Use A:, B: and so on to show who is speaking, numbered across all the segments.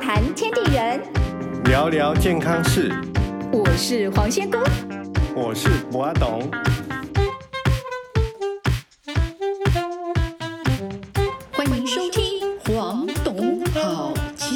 A: 谈天地人，
B: 聊聊健康事，
A: 我是黄仙姑。
B: 我是博阿董。
A: 欢迎收听《黄董好见》。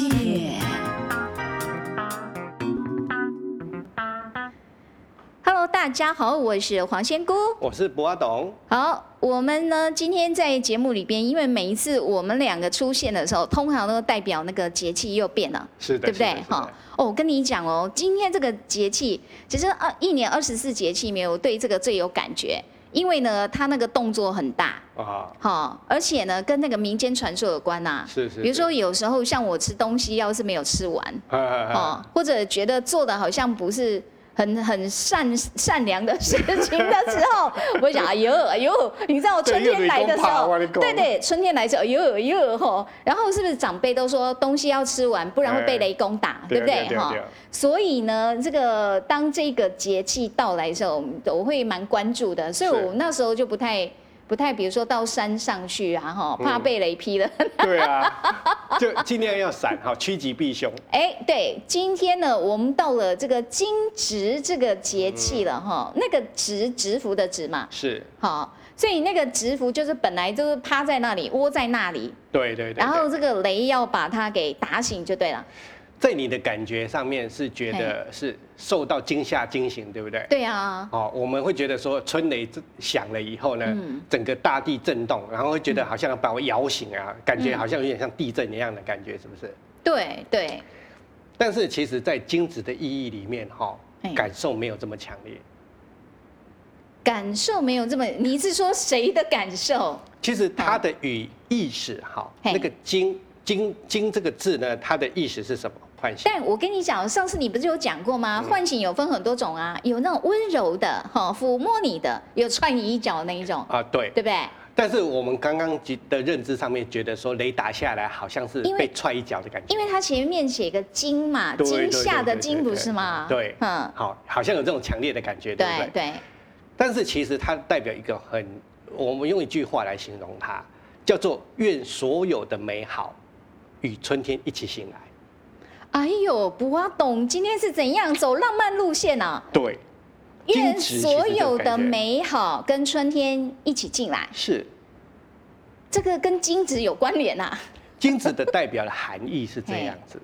A: Hello，大家好，我是黄仙姑。
B: 我是博阿董。
A: 好，我们呢今天在节目里边，因为每一次我们两个出现的时候，通常都代表那个节气又变了。
B: 是的，
A: 对不对
B: 是的？是的
A: 哈，哦，我跟你讲哦，今天这个节气，其实二一年二十四节气里面，我对这个最有感觉，因为呢，它那个动作很大，
B: 啊，
A: 哈、而且呢，跟那个民间传说有关呐、
B: 是是。
A: 比如说，
B: 是，
A: 有时候像我吃东西，要是没有吃完，
B: 啊啊啊
A: 哦，或者觉得做的好像不是很很善善良的事情的时 候，我想哎呦哎呦，你知道
B: 对
A: 春天来的时
B: 又
A: 候，
B: 雷公打我跟你讲
A: 对对，春天来的时候哎呦哎呦吼，然后是不是长辈都说东西要吃完，不然会被雷公打，对
B: 对
A: 不
B: 啊
A: 对
B: 对啊
A: 哈
B: 对啊？
A: 所以呢，这个当这个节气到来的时候，我会蛮关注的，所以
B: 是
A: 我那时候就不太。不太，比如说到山上去啊，哈，怕
B: 嗯
A: 被雷劈了，
B: 对啊， 就尽量要闪哈，趋吉避凶。
A: 哎，对，今天呢，我们到了这个惊蛰这个节气了哈、
B: 嗯
A: 那个蛰，蛰伏的蛰嘛，
B: 是，
A: 好，所以那个蛰伏就是本来就是趴在那里，窝在那里，
B: 对对对。
A: 然后这
B: 对
A: 个雷要把它给打醒就对了。
B: 在你的感觉上面是觉得是受到惊吓惊醒，对不对？
A: 对啊，
B: 哦，我们会觉得说春雷之响了以后呢，
A: 嗯
B: 整个大地震动，然后会觉得好像把我摇醒啊，感
A: 嗯
B: 觉好像有点像地震一样的感觉，是不是？
A: 对对，
B: 但是其实，在精子的意义里面，哈
A: 哎，
B: 感受没有这么强烈。
A: 感受没有这么，你是说谁的感受？
B: 其实它的语意识，哈，
A: 嘿
B: 那个“精”“精”“精”这个字呢，它的意识是什么？唤醒。
A: 但我跟你讲，上次你不是有讲过吗？
B: 嗯
A: 唤醒有分很多种啊，有那种温柔的，哈，抚摸你的，有踹你一脚那一种，
B: 啊，对。
A: 对不对？
B: 但是我们刚刚觉的认知上面，觉得说雷打下来好像是
A: 因为
B: 被踹一脚的感觉
A: 因。为它前面写个惊嘛，
B: 对对
A: 惊吓的
B: 对对
A: 惊
B: 对
A: 不
B: 对
A: 是吗？
B: 对
A: 嗯，
B: 好，好像有这种强烈的感觉，对不
A: 对
B: 对？
A: 对，
B: 但是其实它代表一个很，我们用一句话来形容它，叫做“愿所有的美好与春天一起醒来
A: 哎呦，不阿董今天是怎样走浪漫路线呢、”。
B: 对，
A: 愿
B: 矜持其实
A: 所
B: 这种
A: 有
B: 感
A: 的
B: 觉
A: 美好跟春天一起进来，
B: 是
A: 这个跟金子有关联呐、啊
B: 金子的代表的含义是这样子，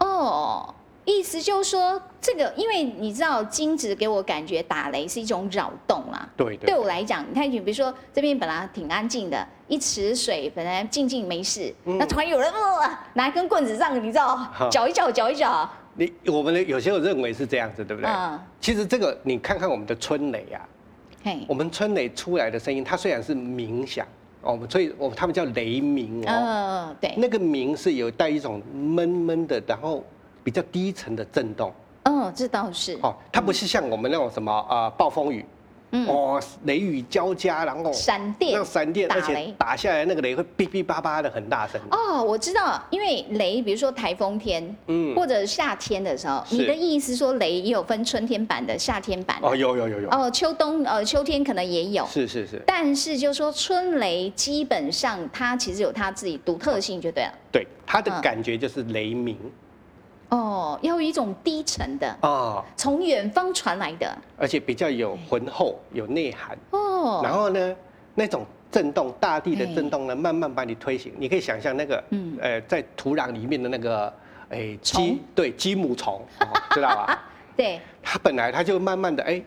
A: 哦，意思就是说，这个因为你知道金子给我感觉打雷是一种扰动啊啦、
B: 对
A: 对我来讲，你看，你比如说这边本来挺安静的，一池水本来静静没事，
B: 嗯
A: 那突然有人、呃、拿一根棍子让你知道
B: 哈
A: 搅一搅，搅一搅，
B: 你我们的有些人认为是这样子，对不对？
A: 嗯
B: 其实这个你看看我们的春雷啊，
A: 嘿，
B: 我们春雷出来的声音，它虽然是鸣响，哦，我们所以我们他们叫雷鸣哦，
A: 嗯，对，
B: 那个鸣是有带一种闷闷的，然后比较低沉的震动
A: 嗯，这倒是，
B: 哦，它不是像我们那种什么啊、呃暴风雨，
A: 嗯，
B: 哦雷雨交加，然后
A: 闪电
B: 那闪电，
A: 打
B: 而
A: 雷
B: 且打下来那个雷会哔哔叭叭的很大声，
A: 哦，我知道，因为雷，比如说台风天，
B: 嗯，
A: 或者夏天的时候，
B: 是
A: 你的意思说雷也有分春天版的、夏天版的，
B: 哦有有有有，
A: 哦，秋冬呃秋天可能也有，
B: 是是是，
A: 但是就说春雷基本上它其实有它自己独特性，就对了。
B: 对，它的
A: 嗯
B: 感觉就是雷鸣
A: 哦，要有一种低沉的，
B: 哦。
A: 从远方传来的。
B: 而且比较有浑厚、有内涵。然
A: 哦，
B: 后呢，那种震动，大地的震动呢，慢慢把你推醒。你可以想象那个，
A: 嗯
B: 呃，在土壤里面的那个，哎，
A: 虫
B: 鸡，对，鸡母虫，哦知道 吧？
A: 对，
B: 它本来它就慢慢的，哎，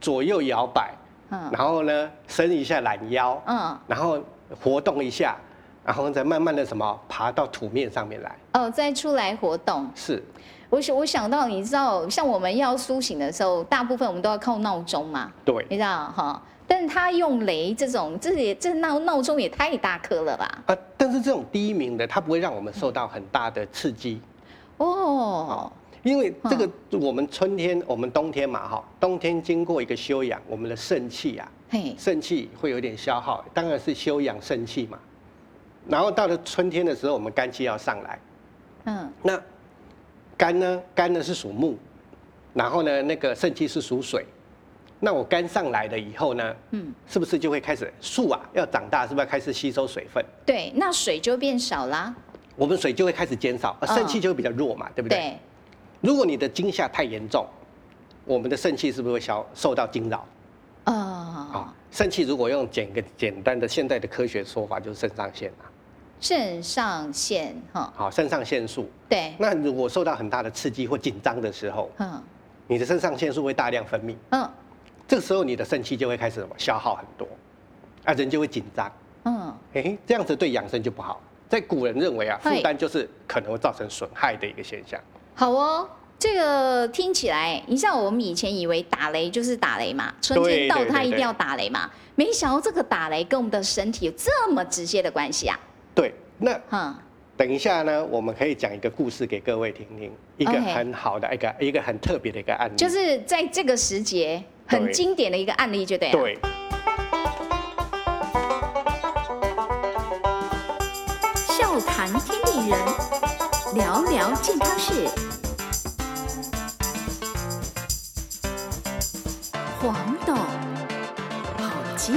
B: 左右摇摆，
A: 嗯
B: 然后呢，伸一下懒腰，
A: 嗯，
B: 然后活动一下，然后再慢慢的什么，爬到土面上面来。
A: 哦，再出来活动。
B: 是，
A: 我想我想到，你知道，像我们要苏醒的时候，大部分我们都要靠闹钟嘛，
B: 对。
A: 你知道哈。但他用雷这种，这也这闹闹钟也太大颗了吧？
B: 啊，但是这种低鸣的，它不会让我们受到很大的刺激。啊
A: 哦，
B: 因为这个我们春天，我们冬天嘛，哈，冬天经过一个休养，我们的肾气啊，
A: 嘿，
B: 肾气会有点消耗，当然是休养肾气嘛。然后到了春天的时候，我们肝气要上来，
A: 嗯
B: 那肝呢，肝呢是属木，然后呢，那个肾气是属水。那我肝上来了以后呢，
A: 嗯，
B: 是不是就会开始树啊要长大，是不是要开始吸收水分？
A: 对，那水就变少啦。
B: 我们水就会开始减少，而呃肾气
A: 嗯
B: 就会比较弱嘛，对不对？
A: 对，
B: 如果你的惊吓太严重，我们的肾气是不是会消受到惊扰
A: 呃
B: 啊，？肾气如果用简个简单的现代的科学说法，就是肾上腺啊，
A: 肾上腺哈，
B: 好，肾上腺素。
A: 对，
B: 那如果受到很大的刺激或紧张的时候，
A: 嗯
B: 你的肾上腺素会大量分泌，
A: 嗯
B: 这个时候你的肾气就会开始什么消耗很多，啊，人就会紧张，
A: 嗯，
B: 哎、这样子对养生就不好。在古人认为啊，
A: 嗨
B: 负担就是可能会造成损害的一个现象。
A: 好哦。这个听起来，你像我们以前以为打雷就是打雷嘛，春天
B: 对
A: 到
B: 对
A: 它
B: 对
A: 一定
B: 对
A: 要打雷嘛，没想到这个打雷跟我们的身体有这么直接的关系啊，
B: 对，那
A: 嗯，
B: 等一下呢，我们可以讲一个故事给各位听听，一个
A: OK
B: 很好的一个一个很特别的一个案例。
A: 就是在这个时节很
B: 对
A: 经典的一个案例，就对了。
B: 对，
C: 笑谈天地人，聊聊健康事。黄董，好健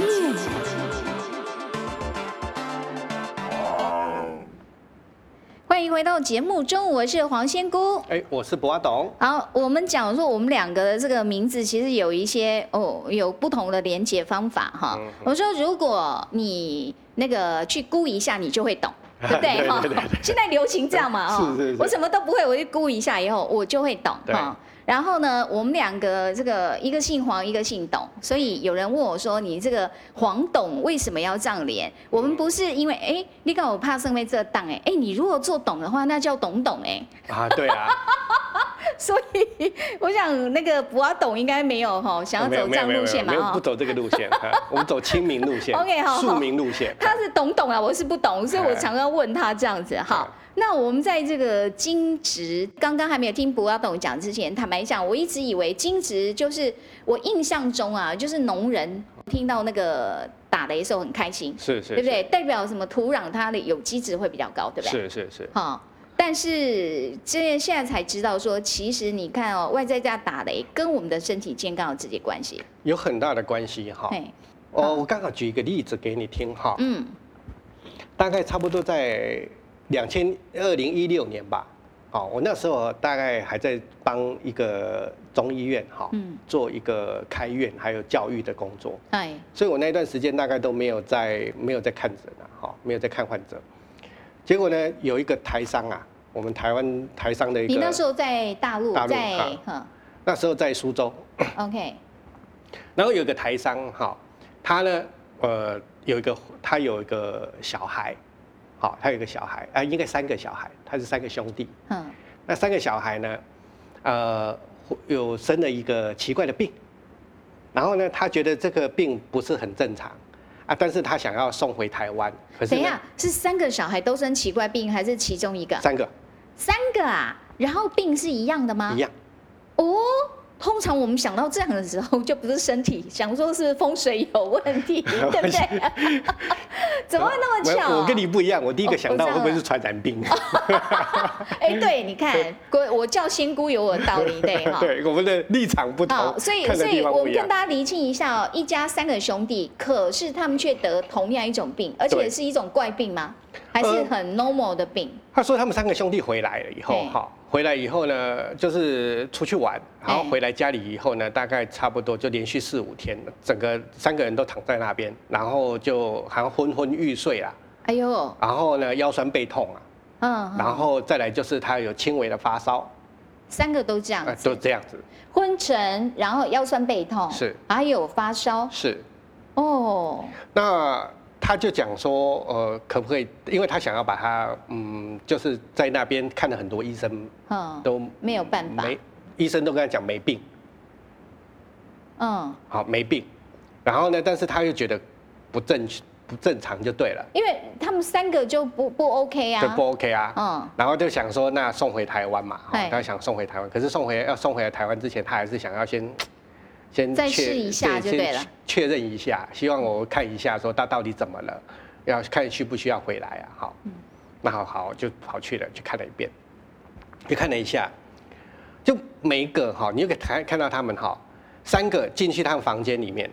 A: 欢迎回到节目中，我是黄仙姑。
B: 哎、我是博阿董。
A: 好，我们讲说我们两个的这个名字其实有一些哦，有不同的连接方法哈
B: 嗯。
A: 我说如果你那个去估一下，你就会 懂。对不对
B: 对
A: 哈
B: 对对对？
A: 现在流行这样 嘛哈
B: 是是是，
A: 我什么都不会，我就估一下以后我就会懂
B: 对
A: 哈。然后呢，我们两个这个一个姓黄，一个姓董，所以有人问我说：“你这个黄董为什么要这样
B: 嗯
A: 连？”我们不是因为哎，你看我怕上面这档哎哎，你如果做董的话，那叫董董哎。
B: 啊，对啊，
A: 所以我想那个博阿董应该没有哈， 想要
B: 没有
A: 走这
B: 没有
A: 样
B: 没
A: 路
B: 有没有
A: 线嘛
B: 没有不
A: 哈。
B: 走这个路线，哈我们走亲民路 线
A: OK，好好
B: 庶民路线。
A: 他是懂懂啊，我是不懂，所以我
B: 哎
A: 常常问他这样子哈。那我们在这个金值，刚刚还没有听博阿董讲之前，坦白讲，我一直以为金值就是我印象中啊，就是农人听到那个打雷的时候很开心，
B: 是是，
A: 对不对？代表什么土壤它的有机值会比较高，对不对？
B: 是是是，
A: 好、但是这现在才知道说，其实你看哦，外在价打雷跟我们的身体健康有直接关系。
B: 有很大的关系哈。
A: 嘿，
B: 哦，我刚好举一个例子给你听哈，
A: 嗯，
B: 大概差不多在两千二零一六年吧。哦，我那时候大概还在帮一个中医院哈，
A: 嗯
B: 做一个开院还有教育的工作，
A: 哎，
B: 所以我那段时间大概都没有在没有在看诊啊，哈，没有在看患者。结果呢，有一个台商啊，我们台湾台商的一个，
A: 你那时候在大陆，
B: 大陆
A: 在
B: 啊
A: 哈
B: 那时候在苏州，
A: ，OK，
B: 然后有一个台商哈，他呢，呃，有一个他有一个小孩，好，他有一个小孩啊、应该三个小孩，他是三个兄弟。
A: 嗯，
B: 那三个小孩呢，呃，有生了一个奇怪的病，然后呢，他觉得这个病不是很正常啊，但是他想要送回台湾，可是
A: 等一
B: 呢
A: 下，是三个小孩都生奇怪病，还是其中一个？
B: 三个
A: 三个啊，然后病是一样的吗？
B: 一样，
A: 哦。通常我们想到这样的时候，就不是身体，想说是不是风水有问 题，对不对？ 怎么会那么巧、啊
B: 我我跟你不一样，我第一
A: 哦
B: 个想到
A: 我知
B: 会
A: 道哦
B: 不会是传染病？
A: 哎、对，你看， 我我叫仙姑有我的道理，对哈。
B: 对，我们的立场不同
A: 好，，所以
B: 看的
A: 所以
B: 地方
A: 我
B: 不
A: 们
B: 一样
A: 跟。大家厘清一下哦，一家三个兄弟，可是他们却得同样一种病，而且
B: 对
A: 是一种怪病吗？还是
B: 呃
A: 很 normal 的病？
B: 他说他们三个兄弟回来了以后，
A: 对
B: 哈，回来以后呢，就是出去玩，然后
A: 哎
B: 回来家里以后呢，大概差不多就连续四五天，整个三个人都躺在那边，然后就好像昏昏欲睡啦，
A: 哎呦，
B: 然后呢腰酸背痛啊，
A: 嗯，
B: 然
A: 嗯
B: 后再来就是他有轻微的发烧，
A: 三个都这样
B: 啊，
A: 子，
B: 就这样子，
A: 昏沉，然后腰酸背痛，
B: 是，
A: 还有发烧，
B: 是。
A: 哦，
B: 那他就讲说，呃，可不可以？因为他想要把他，嗯，就是在那边看了很多医生
A: 嗯，
B: 都
A: 没有办法，
B: 没，医生都跟他讲没病。
A: 嗯，
B: 好没病，然后呢，但是他又觉得不正不正常就对了，
A: 因为他们三个就不不 OK
B: 就
A: 啊
B: 不，OK 啊。
A: 嗯，
B: 然后就想说，那送回台湾嘛，
A: 哎
B: 哈，他想送回台湾，可是送回要送回来台湾之前，他还是想要先先
A: 再
B: 确
A: 试一下就对了，
B: 先确认一下，希望我看一下说他到底怎么了，要看需不需要回来啊。好，
A: 嗯
B: 那好好就跑去了，去看了一遍，去看了一下，就每一个哈，你就可以看看到他们哈，三个进去他们房间里面，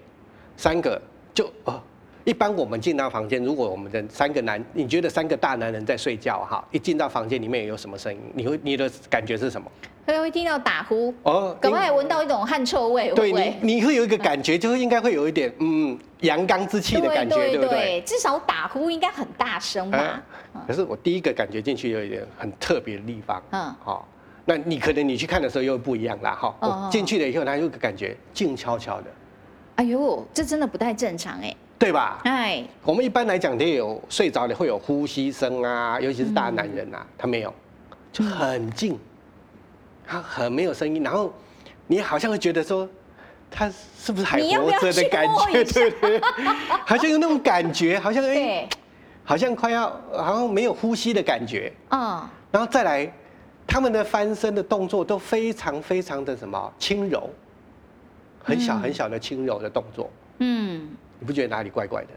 B: 三个就哦
D: 一般我们进到房间，如果我们的三个男，你觉得三个大男人在睡觉哈，一进到房间里面有什么声音？你会你的感觉是什么？
A: 会会听到打呼，
D: 哦
A: 搞不好还闻到一种汗臭味，会
D: 对
A: 不会？
D: 你，你会有一个感觉，就是应该会有一点嗯阳刚之气的感觉，
A: 对
D: 对不对？
A: 至少打呼应该很大声
B: 哎
D: 啊
A: 吧？嗯
D: 可是我第一个感觉进去有一点很特别的地方，
A: 嗯
D: 好，那你可能你去看的时候又不一样啦，哈。
A: 嗯嗯
D: 我进去了以后，它有个感觉静悄悄的，
A: 哎呦，这真的不太正常哎，
D: 对吧？
A: 哎，
D: 我们一般来讲都有睡着了会有呼吸声啊，尤其是大男人
A: 嗯
D: 啊，他没有，就很静，他很没有声音，然后你好像会觉得说。他是不是还
A: 你要不
D: 活
A: 要
D: 着的
A: 去
D: 感
A: 摸
D: 觉？
A: 一下
D: 对不对？好像有那种感觉，好像哎、
A: 对，
D: 好像快要，好像没有呼吸的感觉。
A: 嗯，
D: 然后再来，他们的翻身的动作都非常非常的什么轻柔，很小很小的轻柔的动作，
A: 嗯，
D: 你不觉得哪里怪怪的？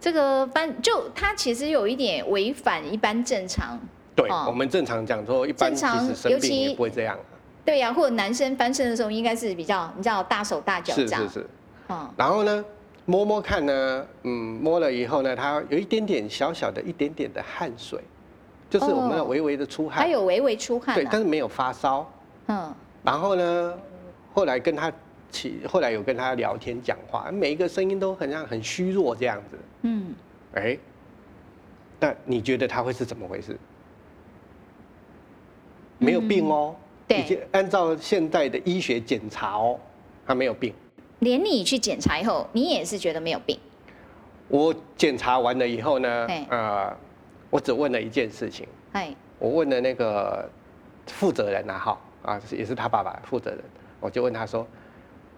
A: 这个班就它其实有一点违反一般正常，
D: 对，
A: 哦
D: 我们正常讲说，一般
A: 正
D: 其
A: 常
D: 实
A: 尤
D: 生
A: 其
D: 病也不会这样，啊
A: 对呀、或者男生翻身的时候应该是比较你知道大手大脚
D: 是
A: 这样，
D: 是是。
A: 嗯
D: 然后呢，摸摸看呢，嗯，摸了以后呢，它有一点点小小的、一点点的汗水，就是我们的
A: 哦
D: 微微的出汗，
A: 还有微微出汗、
D: 对，但
A: 啊，
D: 是没有发烧。
A: 嗯，
D: 然后呢，后来跟他起，后来有跟他聊天讲话，每一个声音都很像很虚弱这样子。
A: 嗯，
D: 哎，那你觉得他会是怎么回事？没有病哦，
A: 嗯对
D: 已经按照现代的医学检查哦，他没有病。
A: 连你去检查以后，你也是觉得没有病，
D: 我检查完了以后呢
A: 对，
D: 呃，我只问了一件事情，
A: 哎，
D: 我问了那个负责人啊，哈啊，是也是他爸爸负责人，我就问他说，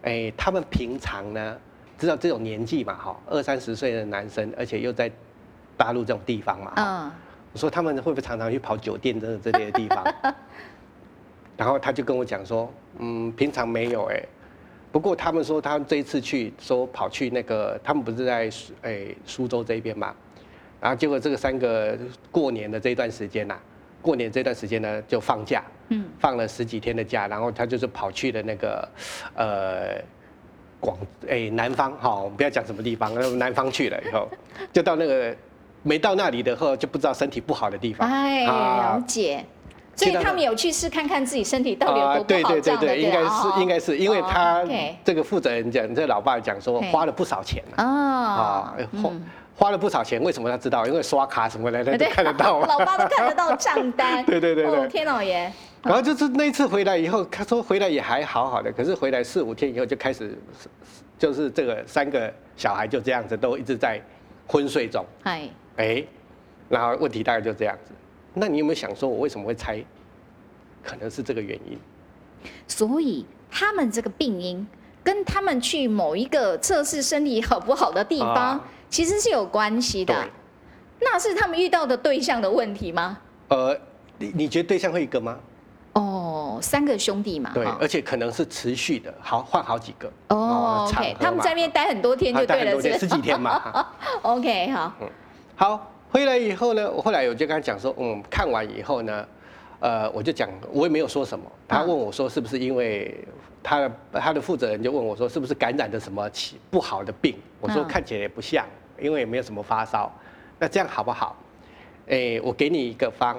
D: 哎、他们平常呢，知道这种年纪嘛，哈，二三十岁的男生，而且又在大陆这种地方嘛，哈
A: 嗯，
D: 我说他们会不会常常去跑酒店这这类的地方？然后他就跟我讲说，嗯，平常没有哎、不过他们说他们这一次去说跑去那个，他们不是在苏哎、苏州这边嘛，然后结果这个三个过年的这一段时间呐、过年这段时间呢就放假，
A: 嗯，
D: 放了十几天的假，然后他就是跑去了那个呃广哎、南方哈、我们不要讲什么地方，然后南方去了以后，就到那个没到那里的后就不知道身体不好的地方，
A: 哎，了
D: 啊
A: 解。所
D: 知道
A: 以他们有去试看看自己身体到底有多
D: 啊对
A: 不好，
D: 对
A: 这
D: 对
A: 样的哦
D: 对，应该是应该是，因为他
A: 对
D: 这个负责人讲，这老爸讲说
A: 嘿
D: 花了不少钱啊
A: 啊
D: 啊，花花了不少钱，为什么他知道？因为刷卡什么的，他都 看得到嘛。
A: 老爸都看得 到账单。
D: 对对对对
A: 哦，天老爷，
D: 然后就是那一次回来以后，他说回来也还好好的，可是回来四五天以后就开始，就是这个三个小孩就这样子都一直在昏睡中，
A: 哎，
D: 哎，然后问题大概就这样子。那你有没有想说，我为什么会猜？可能是这个原因。
A: 所以他们这个病因跟他们去某一个测试身体好不好的地方
D: 啊，
A: 其实是有关系的
D: 对。
A: 那是他们遇到的对象的问题吗？
D: 呃，你你觉得对象会一个吗？
A: 哦，三个兄弟嘛，
D: 对，
A: 哈
D: 而且可能是持续的，好换好几个。
A: 哦
D: 场合
A: ，OK，
D: 嘛
A: 他们在那边待很多天
D: 啊
A: 就
D: 待
A: 对
D: 很
A: 了，是
D: 多
A: 不
D: 天十
A: 是
D: 几天嗯嘛。 哈
A: ？OK，好，
D: 好，回来以后呢，我后来我就跟他讲说，嗯，看完以后呢，呃，我就讲，我也没有说什么。
A: 啊
D: 他问我说，是不是因为他的他的负责人就问我说，是不是感染的什么奇不好的病？我说
A: 嗯
D: 看起来也不像，因为也没有什么发烧。那这样好不好？哎，我给你一个方，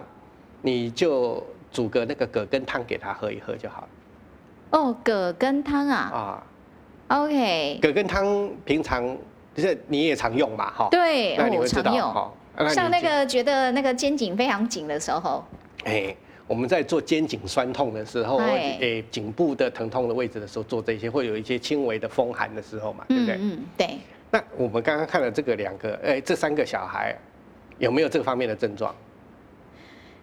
D: 你就煮个那个葛根汤给他喝一喝就好了
A: 哦，葛根汤啊
D: 啊。
A: ，OK，
D: 葛根汤平常就是你也常用嘛，哈。
A: 对，
D: 那你
A: 我
D: 会知
A: 常
D: 道
A: 用。
D: 哈。你
A: 像那
D: 就
A: 个觉得那个肩颈非常紧的时候，
D: 哎，我们在做肩颈酸痛的时候，或者
A: 哎
D: 哎颈部的疼痛的位置的时候，做这些会有一些轻微的风寒的时候嘛，对不
A: 嗯
D: 对？
A: 嗯，对，
D: 那我们刚刚看了这个两个，哎，这三个小孩有没有这方面的症状？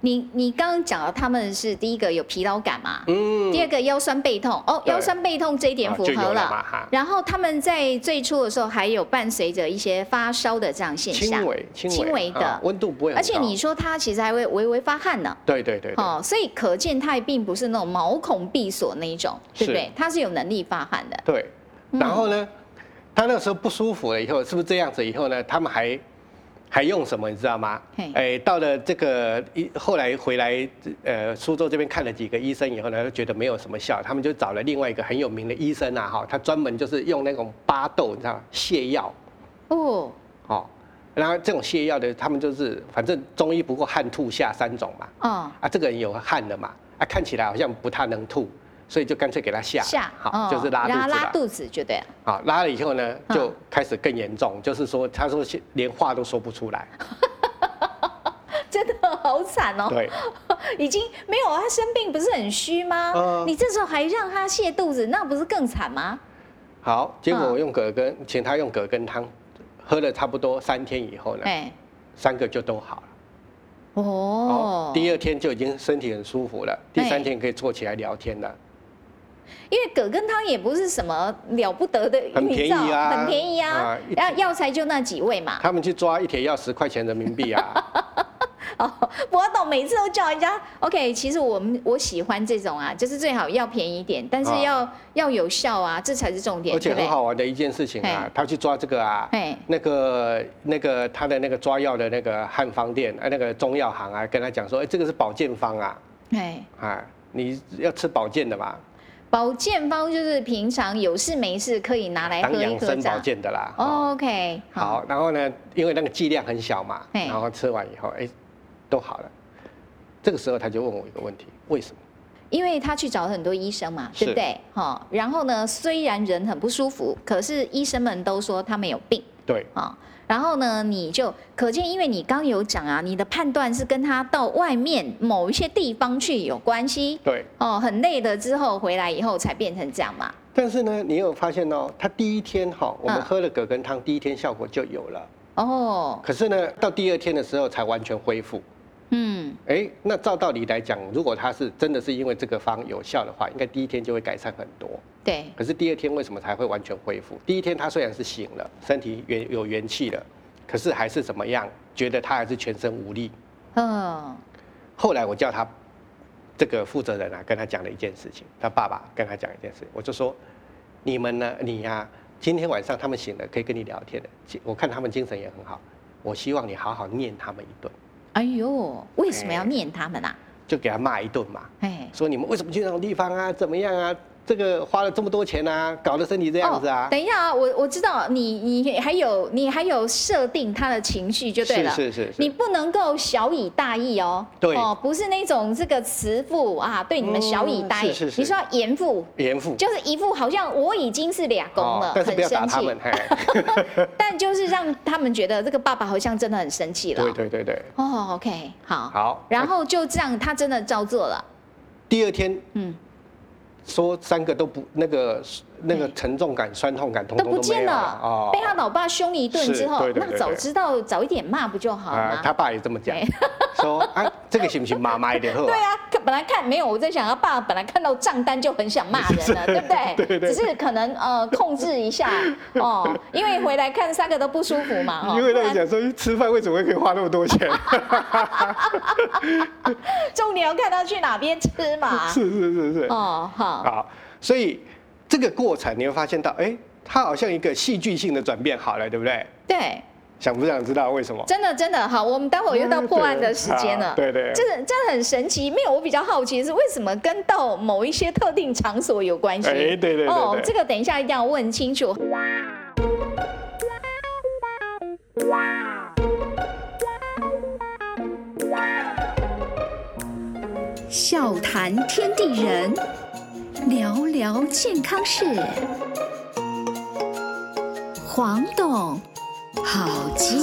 A: 你你刚刚讲了他们是第一个有疲劳感嘛，
D: 嗯，
A: 第二个腰酸背痛，哦，
D: 对
A: 腰酸背痛这一点
D: 啊
A: 符
D: 就有
A: 合
D: 了
A: 了。
D: 嘛哈
A: 然后他们在最初的时候还有伴随着一些发烧的这样现象
D: 轻，微轻微
A: 轻微的
D: 啊温度不会很高，
A: 而且你说他其实还会微微发汗呢。
D: 对对对对
A: 哦，所以可见他也并不是那种毛孔闭锁那一种，对不对
D: 是？
A: 他是有能力发汗的。
D: 对，然后呢，他那时候不舒服了以后，是不是这样子以后呢，他们还还用什么你知道吗
A: 嘿？
D: 哎，到了这个一后来回来呃苏州这边看了几个医生以后呢，觉得没有什么效，他们就找了另外一个很有名的医生啊哈，他专门就是用那种巴豆你知道吗泻药
A: 哦，
D: 哦。然后这种泻药的，他们就是反正中医不过汗吐下三种嘛，
A: 哦，
D: 啊，这个人有汗了嘛，啊，看起来好像不太能吐，所以就干脆给他下了，
A: 下
D: 好、
A: 哦
D: 就是拉肚
A: 让他
D: 子
A: 拉
D: 了，
A: 肚子就对了，
D: 好、啊拉了以后呢，
A: 嗯
D: 就开始更严重，就是说他说是连话都说不出来，
A: 真的好惨哦。
D: 对，
A: 已经没有啊，他生病不是很虚吗？
D: 嗯
A: 你这时候还让他泻肚子，那不是更惨吗？
D: 好，结果
A: 嗯
D: 我用葛根，请他用葛根汤，喝了差不多三天以后呢，
A: 哎，
D: 三个就都好了。
A: 哦，哎
D: 第二天就已经身体很舒服了，第三天可以坐起来聊天了。
A: 因为葛根汤也不是什么了不得的，
D: 很
A: 你
D: 便
A: 知
D: 宜
A: 道
D: 啊
A: 很便宜啊
D: 啊一，
A: 然后药材就那几味嘛。
D: 他们去抓一帖要十块钱人民币啊，
A: 哦，博董每次都叫人家 OK，其实我们我喜欢这种啊，就是最好要便宜一点，但是
D: 啊
A: 要、要有效啊，这才是重 点，
D: 而且
A: 对不哎
D: 很
A: 对？
D: 好玩的一件事情啊
A: 嘿，
D: 他去抓这个啊
A: 嘿，
D: 那个那个他的那个抓药的那个汉方店，呃，那个中药行啊，跟他讲说，哎，这个是保健方啊，
A: 哎，
D: 啊，你要吃保健的嘛，
A: 保健方就是平常有事没事可以拿来
D: 当
A: 喝一
D: 养
A: 喝
D: 生
A: 这
D: 保
A: 样。
D: 健的啦。
A: 哦 OK，
D: 好，然后呢，因为那个剂量很小嘛，
A: 嘿
D: 然后吃完以后，哎、都好了。这个时候他就问我一个问题：为什么？
A: 因为他去找很多医生嘛，
D: 是
A: 对不对？哈、然后呢，虽然人很不舒服，可是医生们都说他们有病
D: 对，
A: 啊、然后呢，你就可见，因为你刚有讲啊，你的判断是跟他到外面某一些地方去有关系
D: 对。
A: 哦，很累了之后回来以后才变成这样嘛。
D: 但是呢，你有发现哦，他第一天哈、我们
A: 嗯
D: 喝了葛根汤，第一天效果就有了。
A: 哦，
D: 可是呢，到第二天的时候才完全恢复。
A: 嗯，
D: 哎，那照道理来讲，如果他是真的是因为这个方有效的话，应该第一天就会改善很多。
A: 对，
D: 可是第二天为什么才会完全恢复？第一天他虽然是醒了，身体元有元气了，可是还是怎么样？觉得他还是全身无力。
A: 嗯，
D: 后来我叫他这个负责人啊，跟他讲了一件事情，他爸爸跟他讲一件事，我就说你们呢，你呀、今天晚上他们醒了可以跟你聊天的，其我看他们精神也很好，我希望你好好念他们一顿，
A: 哎呦，为什么要念他们啊？
D: 就给他骂一顿嘛，
A: 哎，
D: 说你们为什么去那种地方啊，怎么样啊，这个花了这么多钱啊，搞得身体这样子啊
A: 哦。，等一下啊，我我知道你你还有你还有设定他的情绪就对
D: 是
A: 了。
D: 是是
A: 你
D: 是，
A: 不能够小以大义哦，
D: 对
A: 哦，不是那种这个慈父啊，对你们小以大义，
D: 嗯是是是
A: 你说要严父，
D: 严父。
A: 就是一副好像我已经是俩公了，
D: 哦但是
A: 很
D: 不要打
A: 生
D: 他们
A: 气，，
D: 嘿，
A: 但就是让他们觉得这个爸爸好像真的很生气了。
D: 对对对对，
A: 哦，OK，好，
D: 好。
A: 然后就这样，他真的照做了，
D: 第二天
A: 嗯，
D: 说三个都不那个那个
A: 对
D: 沉重感、酸痛感，通
A: 都
D: 通
A: 不
D: 都没
A: 见
D: 有
A: 了，
D: 哦
A: 被他老爸凶一顿
D: 是
A: 之后
D: 对，对对
A: 那早
D: 对
A: 知道早一点骂不就好了
D: 啊
A: 吗？，
D: 他爸也这么讲
A: 对，
D: 说啊，这个行不行？妈妈一点喝
A: 对。啊，可本来看没有，我在想，他爸本来看到账单就很想骂人 了，对不对？
D: 对
A: 只
D: 对
A: 是可能呃控制一 下哦，因为回来看三个都不舒服嘛，哦，
D: 因为
A: 不
D: 那
A: 然
D: 个讲说吃饭为什么可以花那么 多钱？
A: 重点要看他去哪边吃嘛。
D: 是是是是，
A: 哦，好，
D: 好，所以这个过程你会发现到，哎，它好像一个戏剧性的转变，好了，对不对？
A: 对，
D: 想不想知道为什么？
A: 真的真的好，我们待会儿又到破案的时间了。
D: 嗯对对对
A: 这这很神奇。没有，我比较好奇的是为什么跟到某一些特定场所有关系？
D: 哎对对对
A: 哦
D: 对，
A: 这个等一下一定要问清楚。
C: 笑谈天地人，聊聊健康事。黄董，好见。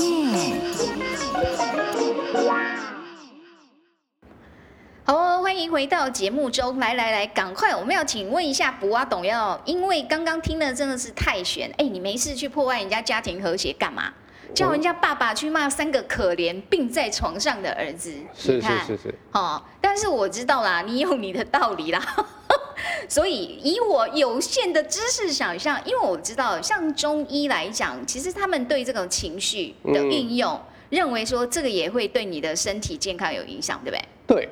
A: 好哦、欢迎回到节目中。来来来，赶快，我们要请问一下卜阿董要，因为刚刚听的真的是太悬。哎，你没事去破坏人家家庭和谐干嘛？叫人家爸爸去骂三个可怜病在床上的儿子，你
D: 是
A: 看
D: 是是是，
A: 哦，但是我知道啦，你有你的道理啦。 所以以我有限的知识想象，因为我知道像中医来讲，其实他们对这种情绪的
D: 嗯
A: 运用，认为说这个也会对你的身体健康有影响，对不对？
D: 对。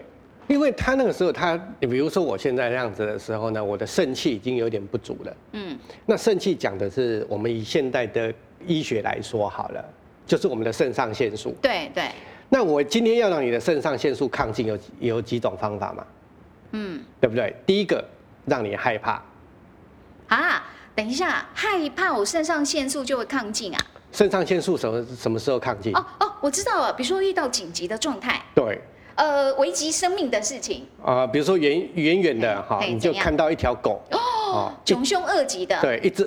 D: 因为他那个时候，他比如说我现在那样子的时候呢，我的肾气已经有点不足了。
A: 嗯，
D: 那肾气讲的是我们以现代的医学来说好了，就是我们的肾上腺素。
A: 对对，
D: 那我今天要让你的肾上腺素亢进有几有几种方法嘛？
A: 嗯
D: 对不对？第一个让你害怕，
A: 啊，等一下，害怕我肾上腺素就会亢进啊，
D: 肾上腺素什么什么时候亢进？
A: 哦哦，我知道了，比如说遇到紧急的状态，
D: 对，
A: 呃，危及生命的事情，
D: 啊、比如说远远远的哈，
A: 嘿嘿
D: 你就
A: 哎怎样
D: 看到一条狗，哦一
A: 穷凶恶极的，
D: 对，一只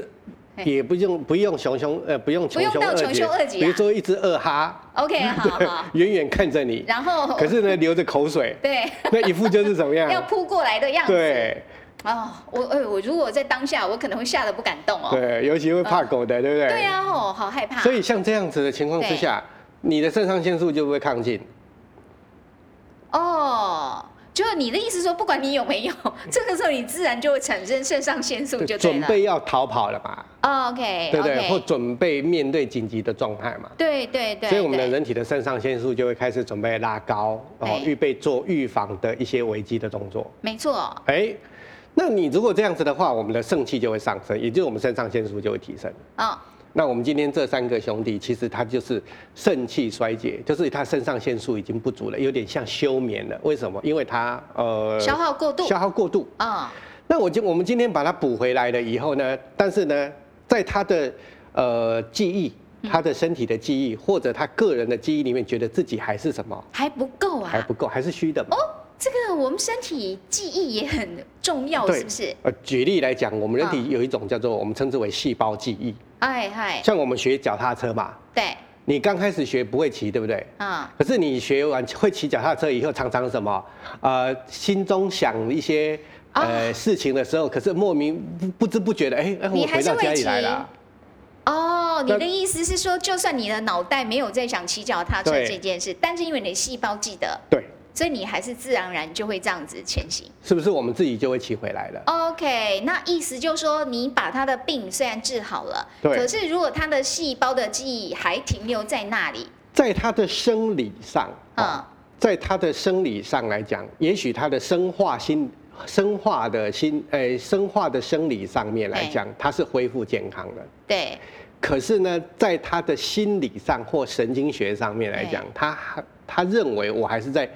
A: 嘿
D: 也不用不用熊熊呃，不用
A: 不
D: 穷
A: 用
D: 凶
A: 到
D: 恶
A: 穷
D: 极
A: 凶恶极啊
D: 比如说一只二哈，
A: ，OK，好 好，
D: 远远看着你，
A: 然后
D: 可是呢流着口水，
A: 对，
D: 那一副就是怎么
A: 要
D: 样？
A: 扑过来的样子，
D: 对
A: 哦，我哎，我如果在当下，我可能会吓得不敢动哦，
D: 对，尤其会怕狗的，对不对？
A: 对呀，哦，好害怕，
D: 所以像这样子的情况之下，你的肾上腺素就不会亢进。
A: 哦。就是你的意思说，不管你有 没有，这个时候你自然就会产生肾上腺素，就对
D: 准
A: 了。
D: 备要逃跑了嘛，
A: o k
D: 对不
A: o k
D: 对？或准备面对紧急的状态嘛。
A: 对对对，
D: 所以我们的
A: 对
D: 人体的肾上腺素就会开始准备拉高，哦
A: 哎，
D: 预备做预防的一些危机的动作。
A: 没错，
D: 哎，那你如果这样子的话，我们的肾气就会上升，也就是我们肾上腺素就会提升。
A: 哦，
D: 那我们今天这三个兄弟，其实他就是肾气衰竭，就是他肾上腺素已经不足了，有点像休眠了。为什么？因为他呃
A: 消耗过度，
D: 消耗过度。
A: 嗯，
D: 那我就我们今天把它补回来了以后呢，但是呢，在他的呃记忆、
A: 嗯
D: 他的身体的记忆或者他个人的记忆里面，觉得自己还是什么
A: 还不够啊，
D: 还不够，还是虚的嘛。
A: 哦，这个我们身体记忆也很重要，
D: 对
A: 哦是不是？
D: 呃，举例来讲，我们人体
A: 嗯
D: 有一种叫做我们称之为细胞记忆，
A: 哎嗨，
D: 像我们学脚踏车嘛，
A: 对，
D: 你刚开始学不会骑，对不对？
A: 嗯，
D: 可是你学完会骑脚踏车以后，常常什么，呃，心中想一些呃、事情的时候，可是莫名不不知不觉的，哎、哎，
A: 啊你
D: 我
A: 还
D: 回
A: 是
D: 到家
A: 会
D: 里
A: 骑
D: 来了。
A: 哦，你
D: 那
A: 的意思是说，就算你的脑袋没有在想骑脚踏车
D: 对
A: 这件事，但是因为你的细胞记得，
D: 对，
A: 所以你还是自然而然就会这样子前行。
D: 是不是我们自己就会骑回来
A: 哦
D: 了？
A: OK，那意思就是说，你把他的病虽然治好了，
D: 对
A: 可是如果他的细胞的记忆还停留在那里，
D: 在他的生理上，
A: 嗯
D: 啊、在他的生理上来讲，也许他的生化心、生化的心、呃，生化的生理上面来讲，他是恢复健康的。
A: 对，
D: 可是呢，在他的心理上或神经学上面来讲
A: 对，
D: 他还他认为我还是在，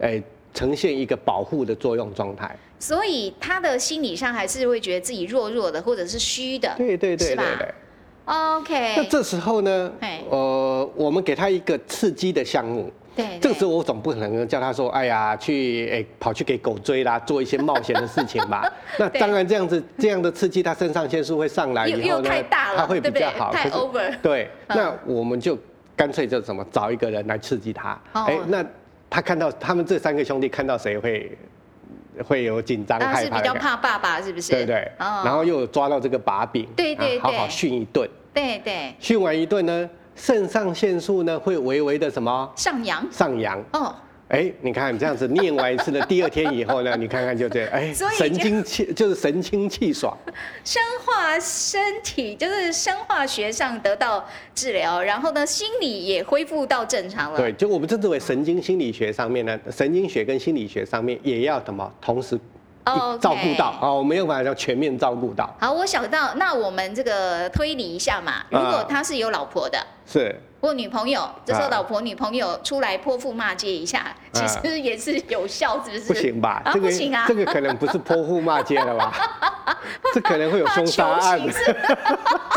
D: 呃，呈现一个保护的作用状态。
A: 所以他的心理上还是会觉得自己弱弱的，或者是虚的。
D: 对对对
A: 是
D: 对
A: 吧
D: 对。那
A: OK，
D: 这时候呢
A: 嘿，
D: 呃，我们给他一个刺激的项目，
A: 对，
D: 这个
A: 对
D: 时候我总不可能叫他说，哎呀，去哎、跑去给狗追啦，做一些冒险的事情吧。 那
A: 对
D: 当然这样子这样的刺激，他肾上腺素会上来
A: 又
D: 以后
A: 又
D: 呢
A: 太大，了
D: 他会
A: 对
D: 比
A: 不
D: 较
A: 对
D: 好。
A: 太
D: 可是
A: over
D: 对，
A: 嗯
D: 那我们就干脆就什么找一个人来刺激他。
A: 哦
D: 哎，那他看到他们这三个兄弟看到谁会会有紧张
A: 当然
D: 害
A: 啊是
D: 怕
A: 比
D: 的
A: 较
D: 感觉，
A: 怕爸爸，是不是？
D: 对不对？
A: 哦
D: 然后又有抓到这个把柄，
A: 对对
D: 啊好好
A: 对
D: 训一顿，
A: 对对
D: 训完一顿呢，肾上腺素呢会微微的什么
A: 上扬
D: 上扬。
A: 哦，
D: 哎，你看这样子念完一次的第二天以后呢，你看看就这样，哎，
A: 所以
D: 神
A: 就
D: 清气就是神清气爽，
A: 生化身体就是生化学上得到治疗，然后呢，心理也恢复到正常了。
D: 对，就我们称之为神经心理学上面呢，神经学跟心理学上面也要什么同时
A: 哦，
D: 照顾到啊、我们要把它叫全面照顾到，
A: 好，我想到，那我们这个推理一下嘛，如
D: 嗯
A: 果他是有老婆的。
D: 是
A: 或女朋友，这时候
D: 啊
A: 老婆、女朋友出来泼妇骂街一下，其实也是有效，是不是？
D: 嗯不行吧？
A: 啊，
D: 这个
A: 不行啊，
D: 这个可能不是泼妇骂街了吧？ 这可能会有
A: 怕
D: 凶杀案
A: 求。情是